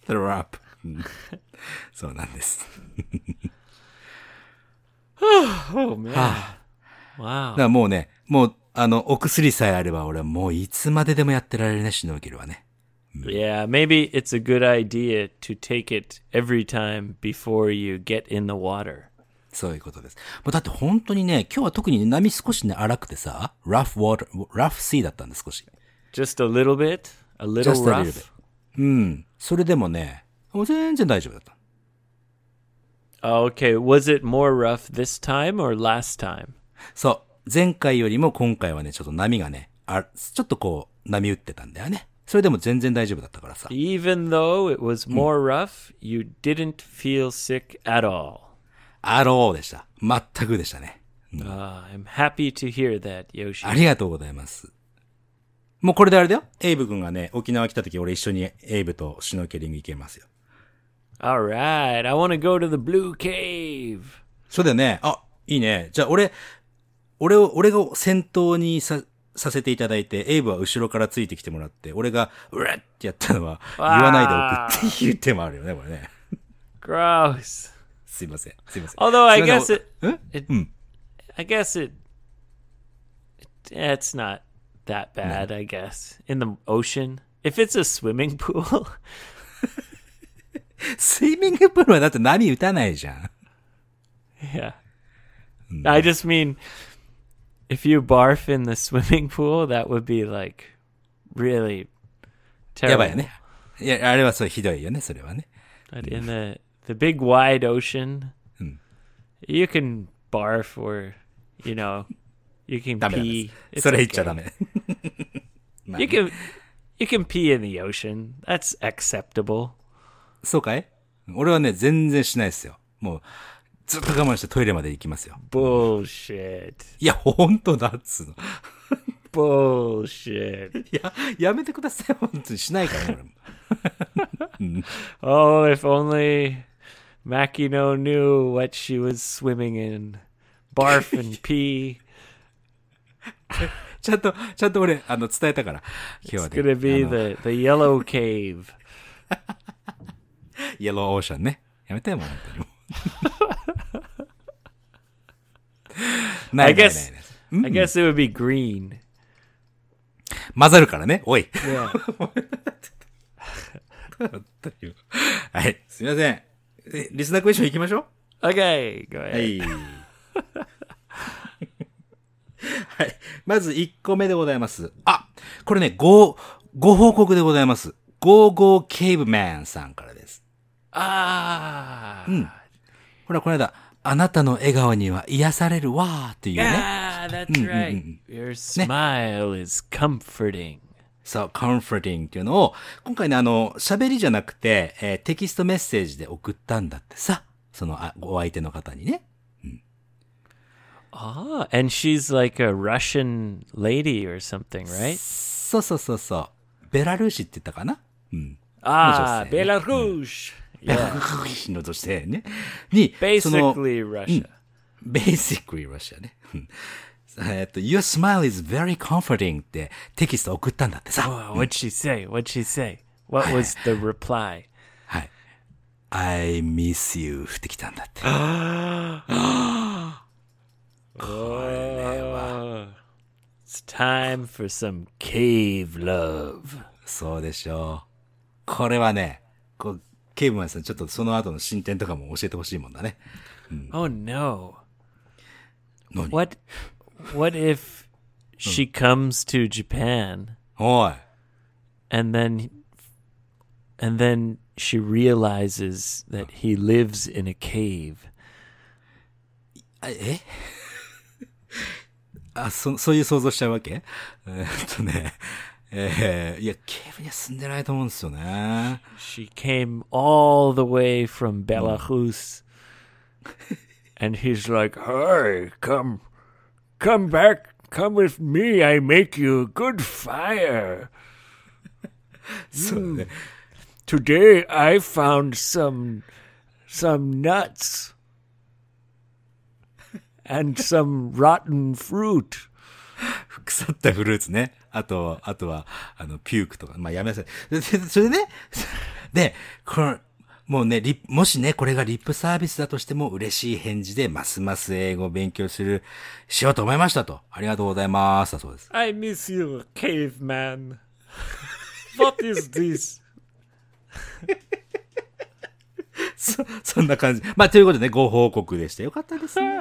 Speaker 3: トラップ。うん そうなんです。
Speaker 2: Oh man. Wow.
Speaker 3: だからもうね、もう、あの、お薬さえあれば俺はもういつまででもやってられるね、しのぎるはね。
Speaker 2: Yeah, maybe it's a good idea to take it every time before you get in the water.
Speaker 3: そういうことです。もうだって本当にね、今日は特にね波少しね、荒くてさ、ラフ water、ラフ sea だったんです、少し。
Speaker 2: Just a little bit, a little
Speaker 3: Just a little
Speaker 2: rough.
Speaker 3: bit. うん。それでもね、もう全然大丈夫だった。
Speaker 2: Oh, Okay, was it more rough this time or last time?
Speaker 3: そう。前回よりも今回はね、ちょっと波がね、あちょっとこう、波打ってたんだよね。それでも全然大丈夫だったからさ。
Speaker 2: Even though it was
Speaker 3: Hmm.
Speaker 2: more rough, you didn't feel sick at all.
Speaker 3: あろうでした。全くでしたね。
Speaker 2: Ah, I'm happy to hear that,
Speaker 3: あ
Speaker 2: Yoshi.
Speaker 3: りがとうございます。もうこれであれだよ。エイブ君がね、沖縄来た時俺一緒にエイブとシュノーケリング行けますよ。
Speaker 2: All right, I want to go to the Blue Cave.
Speaker 3: そうだよね。あ、いいね。じゃあ俺、俺を、俺が先頭にさ、させていただいて、エイブは後ろからついてきてもらって、俺が、うわっってやったのは、言
Speaker 2: わー
Speaker 3: わないでおくっていう手もあるよね、これね。
Speaker 2: Gross.
Speaker 3: すいません。すいません。
Speaker 2: Although I
Speaker 3: すいま
Speaker 2: guess
Speaker 3: せん
Speaker 2: it,
Speaker 3: え
Speaker 2: it I guess it, it- it's not that bad, I guess. In the ocean, if it's a swimming pool,
Speaker 3: スイミングプールはだって波打たないじゃん。
Speaker 2: yeah. I just mean if you barf in the swimming pool, that would be like really
Speaker 3: や
Speaker 2: terrible.
Speaker 3: ばいよね。いや、あれはそう、ひどいよね、それはね。
Speaker 2: But in the the big wide ocean, you can barf or you know, you can
Speaker 3: ダメなん
Speaker 2: pee.
Speaker 3: です
Speaker 2: It's
Speaker 3: それ言っちゃ
Speaker 2: okay.
Speaker 3: ダメ。
Speaker 2: You can you can pee in the ocean. That's acceptable.
Speaker 3: そうかい俺はね、全然しないですよ。もう、ずっと我慢してトイレまで行きますよ。
Speaker 2: Bullshit.
Speaker 3: いや、ほんとだっつうの。
Speaker 2: Bullshit.
Speaker 3: いや、やめてください。本当にしないからね、俺も。
Speaker 2: Oh, if only Makino knew what she was swimming in. Barf and pee.
Speaker 3: ちゃんと、ちゃんと俺、あの、伝えたから。今
Speaker 2: It's
Speaker 3: 日は
Speaker 2: gonna
Speaker 3: ね、
Speaker 2: be
Speaker 3: あの
Speaker 2: the, the yellow cave.
Speaker 3: イエローオーシャンね。やめてよ、もう本当にもう。な
Speaker 2: I
Speaker 3: いないない
Speaker 2: guess
Speaker 3: ない。
Speaker 2: I guess it would be green.
Speaker 3: 混ざるからね。おい。
Speaker 2: Yeah.
Speaker 3: はい。すいません。えリスナークエッション行きましょ
Speaker 2: Okay, go
Speaker 3: う。は
Speaker 2: ahead.
Speaker 3: い。はい。まず1個目でございます。あこれね、ご、ご報告でございます。ゴーゴーケーブマンさんからです。
Speaker 2: Ah.
Speaker 3: ほら、この間、あなたの笑顔には癒されるわーっていうね。
Speaker 2: Ah, that's right. Your smile is comforting.
Speaker 3: そう、comforting っていうのを、今回ね、あの、喋りじゃなくて、えーテキストメッセージで送ったんだってさ。その、あお相手の方にね。
Speaker 2: Ah, and she's like a Russian lady or something, right?
Speaker 3: そうそうそうそう。ベラルーシって言ったか な
Speaker 2: Ah,
Speaker 3: Russian.
Speaker 2: Belarus.
Speaker 3: ベ
Speaker 2: Yeah.
Speaker 3: ラルーシの女性ね。に、その
Speaker 2: Basically Russia.
Speaker 3: basically Russia ね。 うんえっと、your smile is very comforting ってテキスト送ったんだってさ。
Speaker 2: Wow, what'd she say? What'd she say? What was the reply?
Speaker 3: はい。I miss you ってきたんだって。
Speaker 2: Oh, It's time for some cave love.
Speaker 3: そうでしょう。これはね、こう、ケイブマンさん、ちょっとその後の進展とかも教えてほしいもんだね。
Speaker 2: Oh no.
Speaker 3: 何
Speaker 2: What what if she comes to Japan
Speaker 3: おい。
Speaker 2: and then and then she realizes that he lives in a cave.
Speaker 3: あえ あ、そ、そういう想像しちゃうわけえーっとね、えーいや、ケイブには住んでないと思うんですよね。
Speaker 2: She came all the way from Belarus. and he's like, Hey, come, come back, come with me. I make you a good fire. Hmm.
Speaker 3: そうね。
Speaker 2: Today I found some, some nuts and some rotten fruit.
Speaker 3: 腐ったフルーツね。あと、あとは、あの、ピュークとか。まあ、やめなさい。 ででそれでね、で、これ、もうね、リもしね、これがリップサービスだとしても嬉しい返事で、ますます英語を勉強する、しようと思いましたと。ありがとうございます。だそうです。
Speaker 2: I miss you, caveman. What is this?
Speaker 3: そそんな感じ。まあ、ということでね、ご報告でした。よかったですね。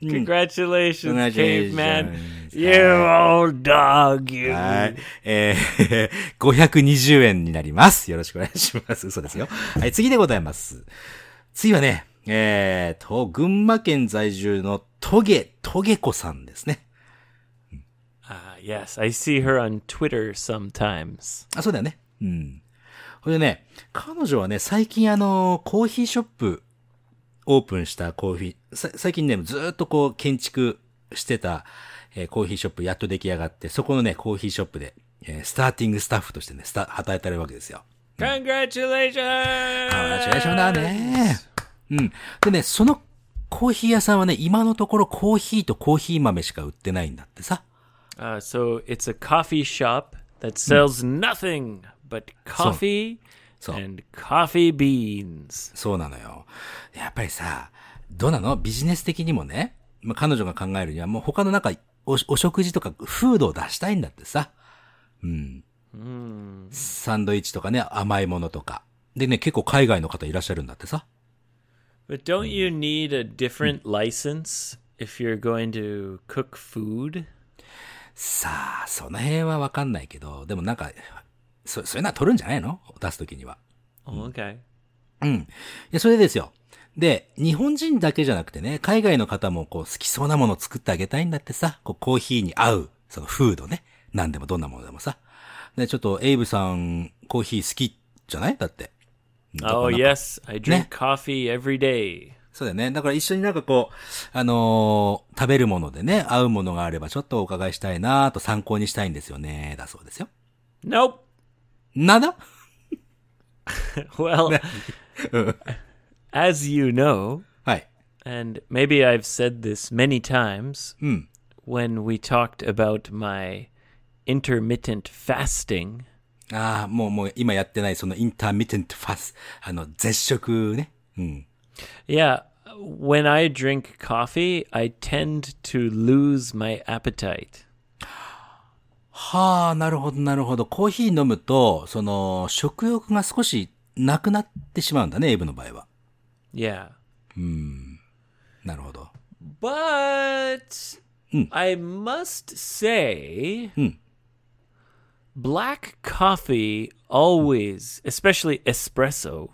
Speaker 2: Congratulations, caveman.
Speaker 3: Hmm. Congratulations.
Speaker 2: You old dog, you.
Speaker 3: はい。えー、520円になります。よろしくお願いします。嘘ですよ。はい、次でございます。次はね、えーと、群馬県在住のトゲ、トゲ子さんですね。
Speaker 2: Ah, yes, I see her on Twitter sometimes.
Speaker 3: あ、そうだよね。うん。これね、彼女はね、最近あの、コーヒーショップ、オープンしたコーヒー、さ最近ね、ずーっとこう、建築してた、えーコーヒーショップ、やっと出来上がって、そこのね、コーヒーショップで、えースターティングスタッフとしてね、スタ、働いてるわけですよ。
Speaker 2: Congratulations!
Speaker 3: ああ、チュエーションだね。うん。でね、そのコーヒー屋さんはね、今のところコーヒーとコーヒー豆しか売ってないんだってさ。
Speaker 2: Uh, so it's a coffee shop that
Speaker 3: Hmm.
Speaker 2: sells nothing but coffee
Speaker 3: So-
Speaker 2: and coffee beans.
Speaker 3: そうなのよ。やっぱりさ、どうなのビジネス的にもね、まあ、彼女が考えるにはもう他のなんかおお食事とかフードを出したいんだってさ。うん。サンドイッチとかね、甘いものとか。でね、結構海外の方いらっしゃるんだってさ。
Speaker 2: But don't
Speaker 3: Hmm.
Speaker 2: you need a different license if you're going to cook food?
Speaker 3: さあ、その辺はわかんないけど、でもなんか、そ、そういうのは取るんじゃないの出すときには。
Speaker 2: Oh, okay.
Speaker 3: うん。いや、それですよ。で、日本人だけじゃなくてね、海外の方もこう好きそうなものを作ってあげたいんだってさ、こうコーヒーに合う、そのフードね。何でもどんなものでもさ。で、ちょっとエイブさん、コーヒー好きじゃないだって。
Speaker 2: Oh,
Speaker 3: いや
Speaker 2: yes, I drink coffee every day.
Speaker 3: そうだよね。だから一緒になんかこう、あのー食べるものでね、合うものがあればちょっとお伺いしたいなと参考にしたいんですよね、だそうですよ。
Speaker 2: Nope.
Speaker 3: なんだ
Speaker 2: Well, as you know,
Speaker 3: はい。
Speaker 2: and maybe I've said this many times
Speaker 3: うん。
Speaker 2: when we talked about my intermittent fasting.
Speaker 3: ああ、もうもう今やってないそのインターミテントファス、あの、絶食ね。うん。
Speaker 2: Yeah, when I drink coffee, I tend to lose my appetite.
Speaker 3: はあ、なるほど、なるほど。コーヒー飲むと、その、食欲が少しなくなってしまうんだね、エイブの場合は。
Speaker 2: Yeah.
Speaker 3: なるほど。
Speaker 2: But I must say, black coffee always, especially espresso,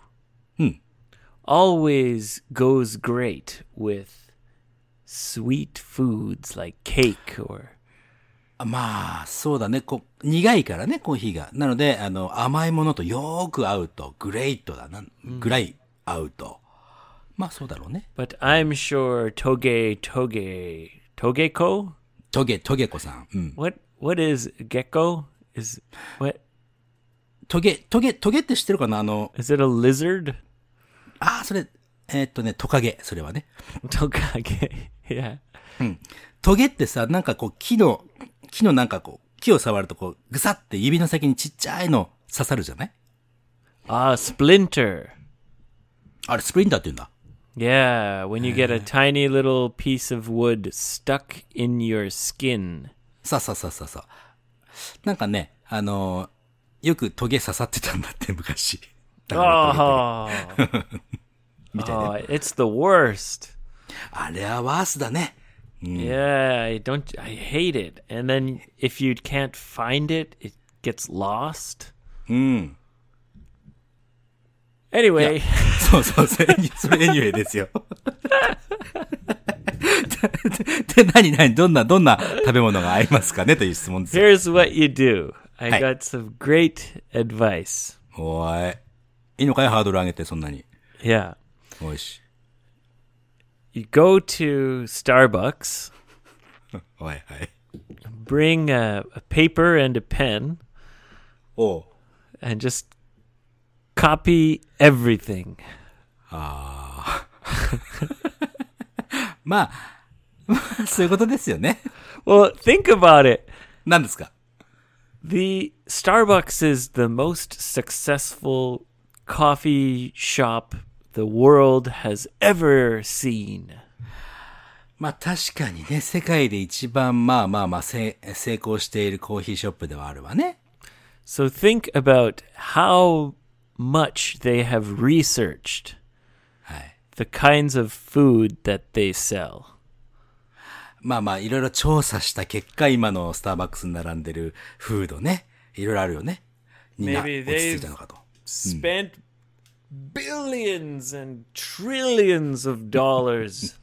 Speaker 2: always goes great with sweet foods like cake or.
Speaker 3: あまあ、そうだね。こう苦いからね、コーヒーが。なので、あの、甘いものとよーく合うと、グレイトだな、ぐらい合うと。まあ、そうだろうね。
Speaker 2: But I'm sure Toge Toge Togeko?
Speaker 3: トゲ、トゲ子さん。うん。
Speaker 2: What what is gecko? Is what
Speaker 3: トゲ、トゲ、トゲって知ってるかなあの、
Speaker 2: is it a lizard?
Speaker 3: ああ、それ、えーっとね、トカゲ、それはね。
Speaker 2: Tokage. yeah.
Speaker 3: トゲってさ、なんかこう木の、木のなんかこう、木を触るとこう、ぐさって指の先にちっちゃいの刺さるじゃない
Speaker 2: Ah, splinter.
Speaker 3: あれ、スプリンターって言うんだ。
Speaker 2: Yeah, when you get a tiny little piece of wood stuck in your skin.
Speaker 3: さあさあさあさあさあ。なんかね、あのーよくトゲ刺さってたんだって、昔。だからトゲ
Speaker 2: Oh, oh, it's the worst.
Speaker 3: あれはワースだね。
Speaker 2: Yeah, I don't I hate it. And then if you can't find it, it gets lost. Hmm. Anyway,
Speaker 3: そうそう、それ、それエニュエですよ。 で、で何何どんな、どんな食べ物が合いますかねという質問です よ。
Speaker 2: here's what you do. I
Speaker 3: Hey.
Speaker 2: got some great advice.
Speaker 3: おーい。いいのかいハードル上げて、そんなに。
Speaker 2: Yeah.
Speaker 3: おいし。
Speaker 2: You go to Starbucks,
Speaker 3: おい、はい。
Speaker 2: bring a, a paper and a pen,
Speaker 3: おう。
Speaker 2: and just copy everything.
Speaker 3: まあ、 まあそういうことですよね。
Speaker 2: Well, think about it.
Speaker 3: 何ですか
Speaker 2: The Starbucks is the most successful coffee shop the world has ever seen.
Speaker 3: まあ確かにね、世界で一番まあまあまあせ成功しているコーヒーショップではあるわね。
Speaker 2: So think about how much they have researched
Speaker 3: はい。
Speaker 2: the kinds of food that they sell.
Speaker 3: まあまあ、いろいろ調査した結果、今のスターバックスに並んでるフードね、いろいろあるよね。にな、
Speaker 2: Maybe
Speaker 3: 落
Speaker 2: they've-
Speaker 3: ち着いたのかと。
Speaker 2: Spent billions and trillions of dollars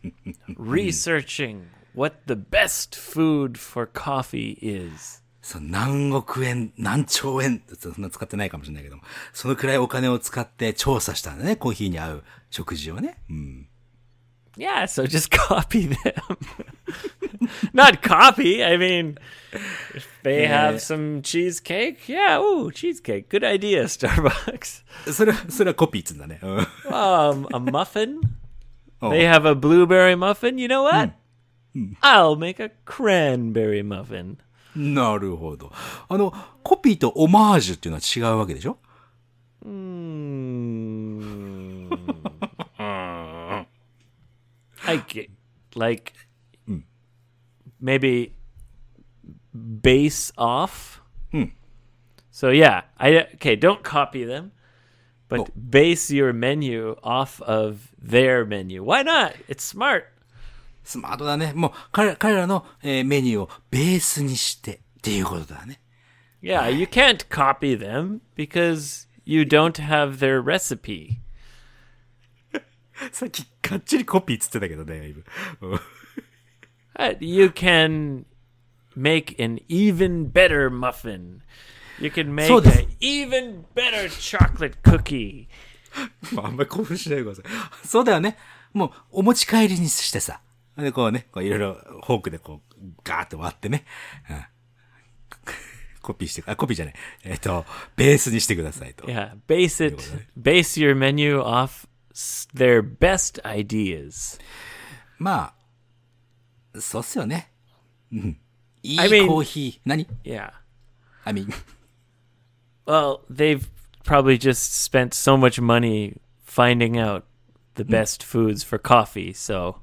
Speaker 2: researching what the best food for coffee is.
Speaker 3: そう何億円、何兆円、そんな使ってないかもしれないけども、そのくらいお金を使って調査したんだね、コーヒーに合う食事をね。うん
Speaker 2: Yeah, so just copy them. Not copy. I mean, if they have some cheesecake, yeah, ooh, cheesecake. Good idea, Starbucks.
Speaker 3: それは、それはコピーっつうんだね。うん。
Speaker 2: Um, a muffin.
Speaker 3: Oh.
Speaker 2: They have a blueberry muffin. You know what? I'll make a cranberry muffin.
Speaker 3: なるほど。あの、コピーとオマージュっていうのは違うわけでしょ
Speaker 2: Mm. I get like maybe base off. So yeah, I okay. Don't copy them, but
Speaker 3: Oh.
Speaker 2: base your menu off of their menu. Why not? It's smart.
Speaker 3: スマートだね。もう、彼ら彼らの、えーメニューをベースにしてっていうことだね。
Speaker 2: Yeah, you can't copy them because you don't have their recipe.
Speaker 3: さっき、かっちりコピーっつってたけどね、今。
Speaker 2: But Uh, you can make an even better muffin. You can make
Speaker 3: So the-
Speaker 2: an even better chocolate cookie.
Speaker 3: あんまり興奮しないでください。 そうだよね。もう、お持ち帰りにしてさ。で、こうね、こういろいろ、フォークでこう、ガーって割ってね。うん、 コピーして、あ、コピーじゃない。えっ、と、ベースにしてくださいと。
Speaker 2: Yeah, base it, base your menu off s- their best ideas.
Speaker 3: まあ、そうっすよね。うん。いい
Speaker 2: I mean-
Speaker 3: コーヒー。何
Speaker 2: Yeah.
Speaker 3: あみ、
Speaker 2: Well, they've probably just spent so much money finding out the best foods for coffee, so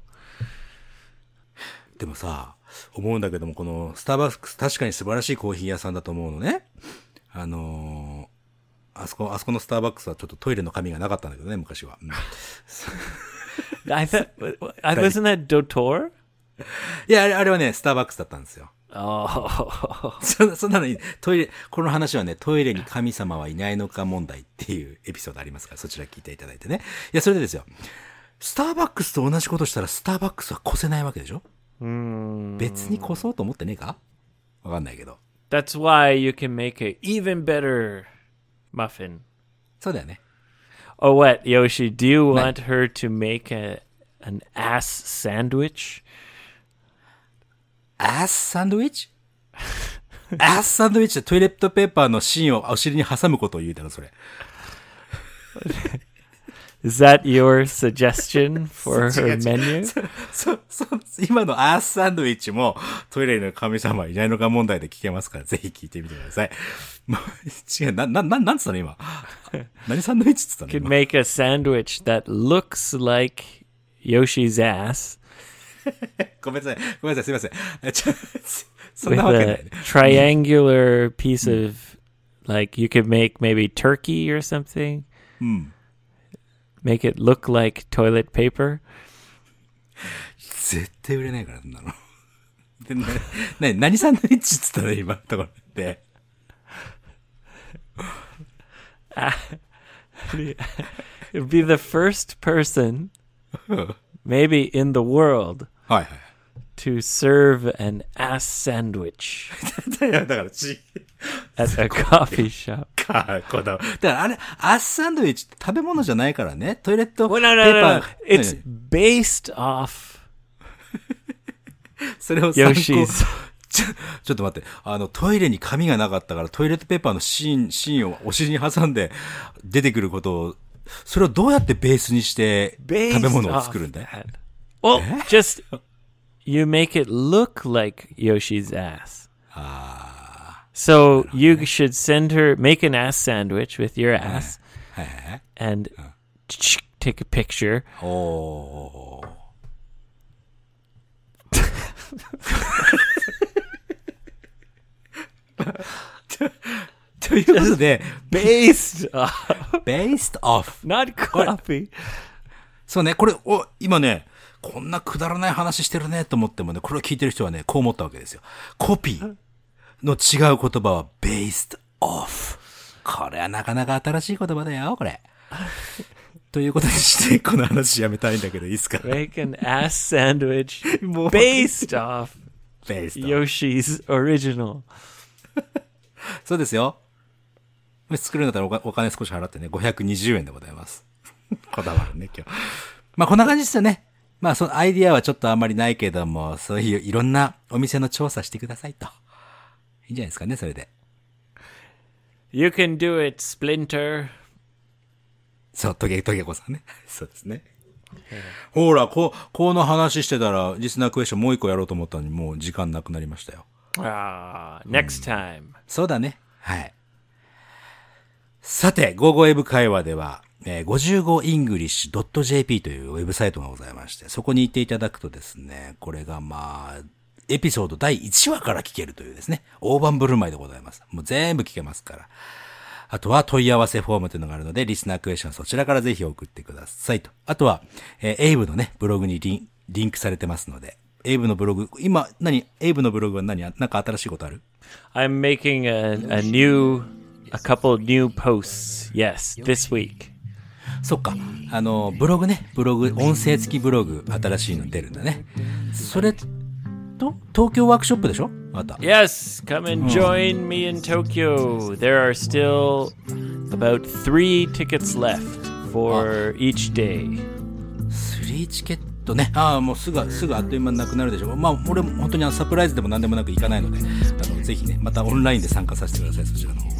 Speaker 3: でもさ、思うんだけども、このスターバックス、確かに素晴らしいコーヒー屋さんだと思うのね。あのーあそこ、あそこのスターバックスはちょっとトイレの紙がなかったんだけどね、昔は。うん
Speaker 2: I thought I wasn't that Dotor?
Speaker 3: いや、あれあれはね、スターバックスだったんですよ。
Speaker 2: Oh,
Speaker 3: そんなそんなのに、トイレ、この話はね、トイレに神様はいないのか問題っていうエピソードありますから、そちら聞いていただいてね。いや、それでですよ。スターバックスと同じことしたら、スターバックスは越せないわけでしょ別に越そうと思ってねえかわかんないけど。
Speaker 2: that's why you can make an even better muffin.
Speaker 3: そうだよね。
Speaker 2: Oh, what Yoshi? Do you want her to make a an ass sandwich?
Speaker 3: アースサンドウィッチアースサンドウィッチってトイレットペーパーの芯をお尻に挟むことを言うだろ、それ。
Speaker 2: Is that your suggestion for her menu?
Speaker 3: そ、そ、今のアースサンドイッチもトイレの神様いないのか問題で聞けますから、ぜひ聞いてみてください。もう、違う、な、な、ななんつったの今。何サンドイッチっつったの
Speaker 2: Could
Speaker 3: 今
Speaker 2: make a sandwich that looks like Yoshi's ass
Speaker 3: ごめんなさい。ごめんなさい、すいませんえ。ちょ、そん
Speaker 2: with
Speaker 3: なわけない
Speaker 2: a
Speaker 3: ね。
Speaker 2: triangular piece of like you could make maybe turkey or something. Make it look like toilet paper.
Speaker 3: 絶対売れないから、そんなの。で、な、な、何サンドイッチっつったの今のところで。
Speaker 2: It would be the first person, maybe in the world,
Speaker 3: はいはい。
Speaker 2: to serve an ass sandwich
Speaker 3: だよだから、ち、
Speaker 2: at a coffee shop.
Speaker 3: か、こだわ。だから、あれ、アースサンドイッチって食べ物じゃないからね。トイレットペ
Speaker 2: Well,
Speaker 3: ー
Speaker 2: no, no, no,
Speaker 3: パ
Speaker 2: no.
Speaker 3: ー。
Speaker 2: It's
Speaker 3: うん
Speaker 2: based off
Speaker 3: それを参考
Speaker 2: Yoshi's.
Speaker 3: ちょ、 ちょっと待って。あの、トイレに紙がなかったから、トイレットペーパーの芯、芯をお尻に挟んで出てくることを、それをどうやってベースにして、
Speaker 2: Based
Speaker 3: 食べ物を
Speaker 2: off
Speaker 3: 作るんだよ。
Speaker 2: that. Well, just you make it look like Yoshi's ass. Ah. So you should send her make an ass sandwich with your ass, and take a picture.
Speaker 3: おー。ということで、
Speaker 2: Based off,
Speaker 3: based off。
Speaker 2: not copy.
Speaker 3: そうね、これ、お、今ね、こんなくだらない話してるねと思ってもね、これを聞いてる人はね、こう思ったわけですよ。コピーの違う言葉は based off。これはなかなか新しい言葉だよ、これ。ということにして、この話やめたいんだけ ど、いいっすか
Speaker 2: Make an ass sandwich
Speaker 3: もう
Speaker 2: based off
Speaker 3: based off。
Speaker 2: Yoshi's original.
Speaker 3: そうですよ。もし作るんだったらお金お金少し払ってね、520円でございます。 こだわるね、今日。 まあ、こんな感じですよね。まあ、そのアイディアはちょっとあんまりないけども、そういういろんなお店の調査してくださいと。いいんじゃないですかね、それで。
Speaker 2: You can do it, Splinter.
Speaker 3: そう、トゲトゲ子さんね。 そうですね。ほら、こう、この話してたら、リスナークエスチョンもう一個やろうと思ったのに、もう時間なくなりましたよ。
Speaker 2: Ah, next time.
Speaker 3: そうだね。はい。さて、ゴーゴーエブ会話では、えー 55english.jp というウェブサイトがございまして、そこに行っていただくとですね、これがまあ、エピソード第1話から聞けるというですね、大盤振る舞いでございます。もう全部聞けますから。あとは問い合わせフォームというのがあるので、リスナークエスチョンそちらからぜひ送ってくださいと。あとは、えーエイブのね、ブログにリンリンクされてますので、エイブのブログ、今、何エイブのブログは何なんか新しいことある
Speaker 2: I'm making a, a new, a couple new posts. Yes, this week.
Speaker 3: そっか。あの、ブログね。ブログ、音声付きブログ、新しいの出るんだね。それと、東京ワークショップでしょまた。
Speaker 2: Yes, come and join me in Tokyo. There are still about three tickets left for each day.
Speaker 3: 3チケットね。ああ、もうすぐ、すぐあっという間になくなるでしょまあ、俺も本当にあのサプライズでも何でもなく行かないので、あの、ぜひね、またオンラインで参加させてください、そちらの方は。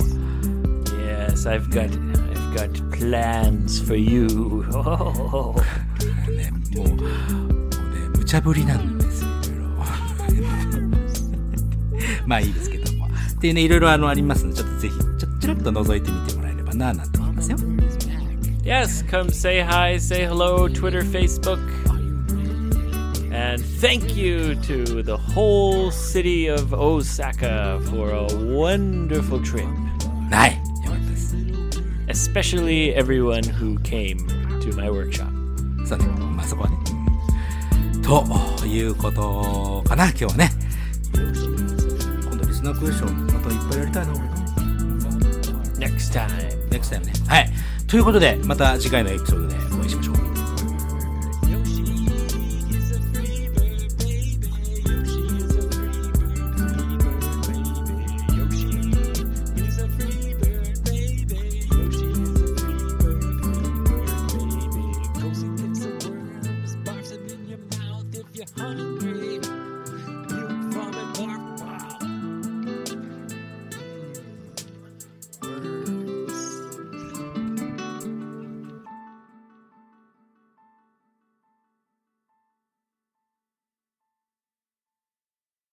Speaker 2: Yes, I've got, I've got plans for you. Oh.
Speaker 3: ね、もう、もうね、無茶ぶりなんですよ、 いろいろ。まあいいですけども。っていうね、いろいろあの、ありますので、ちょっとぜひ、ちょちらっと覗いてみてもらえればな、なんて思いますよ。
Speaker 2: Yes, come say hi, say hello, Twitter, Facebook. And thank you to the whole city of Osaka for a wonderful trip,
Speaker 3: はい。よかったです。
Speaker 2: especially everyone who came to my workshop.
Speaker 3: そうね、まあそこはね。ということかな、今日はね。今度リスナークエスチョン、またいっぱいやりたいな、俺。
Speaker 2: Next time.
Speaker 3: ネクスタイムね。はい。ということで、また次回のエピソードでお会いしましょう。
Speaker 4: Barf them in your mouth if you're hungry.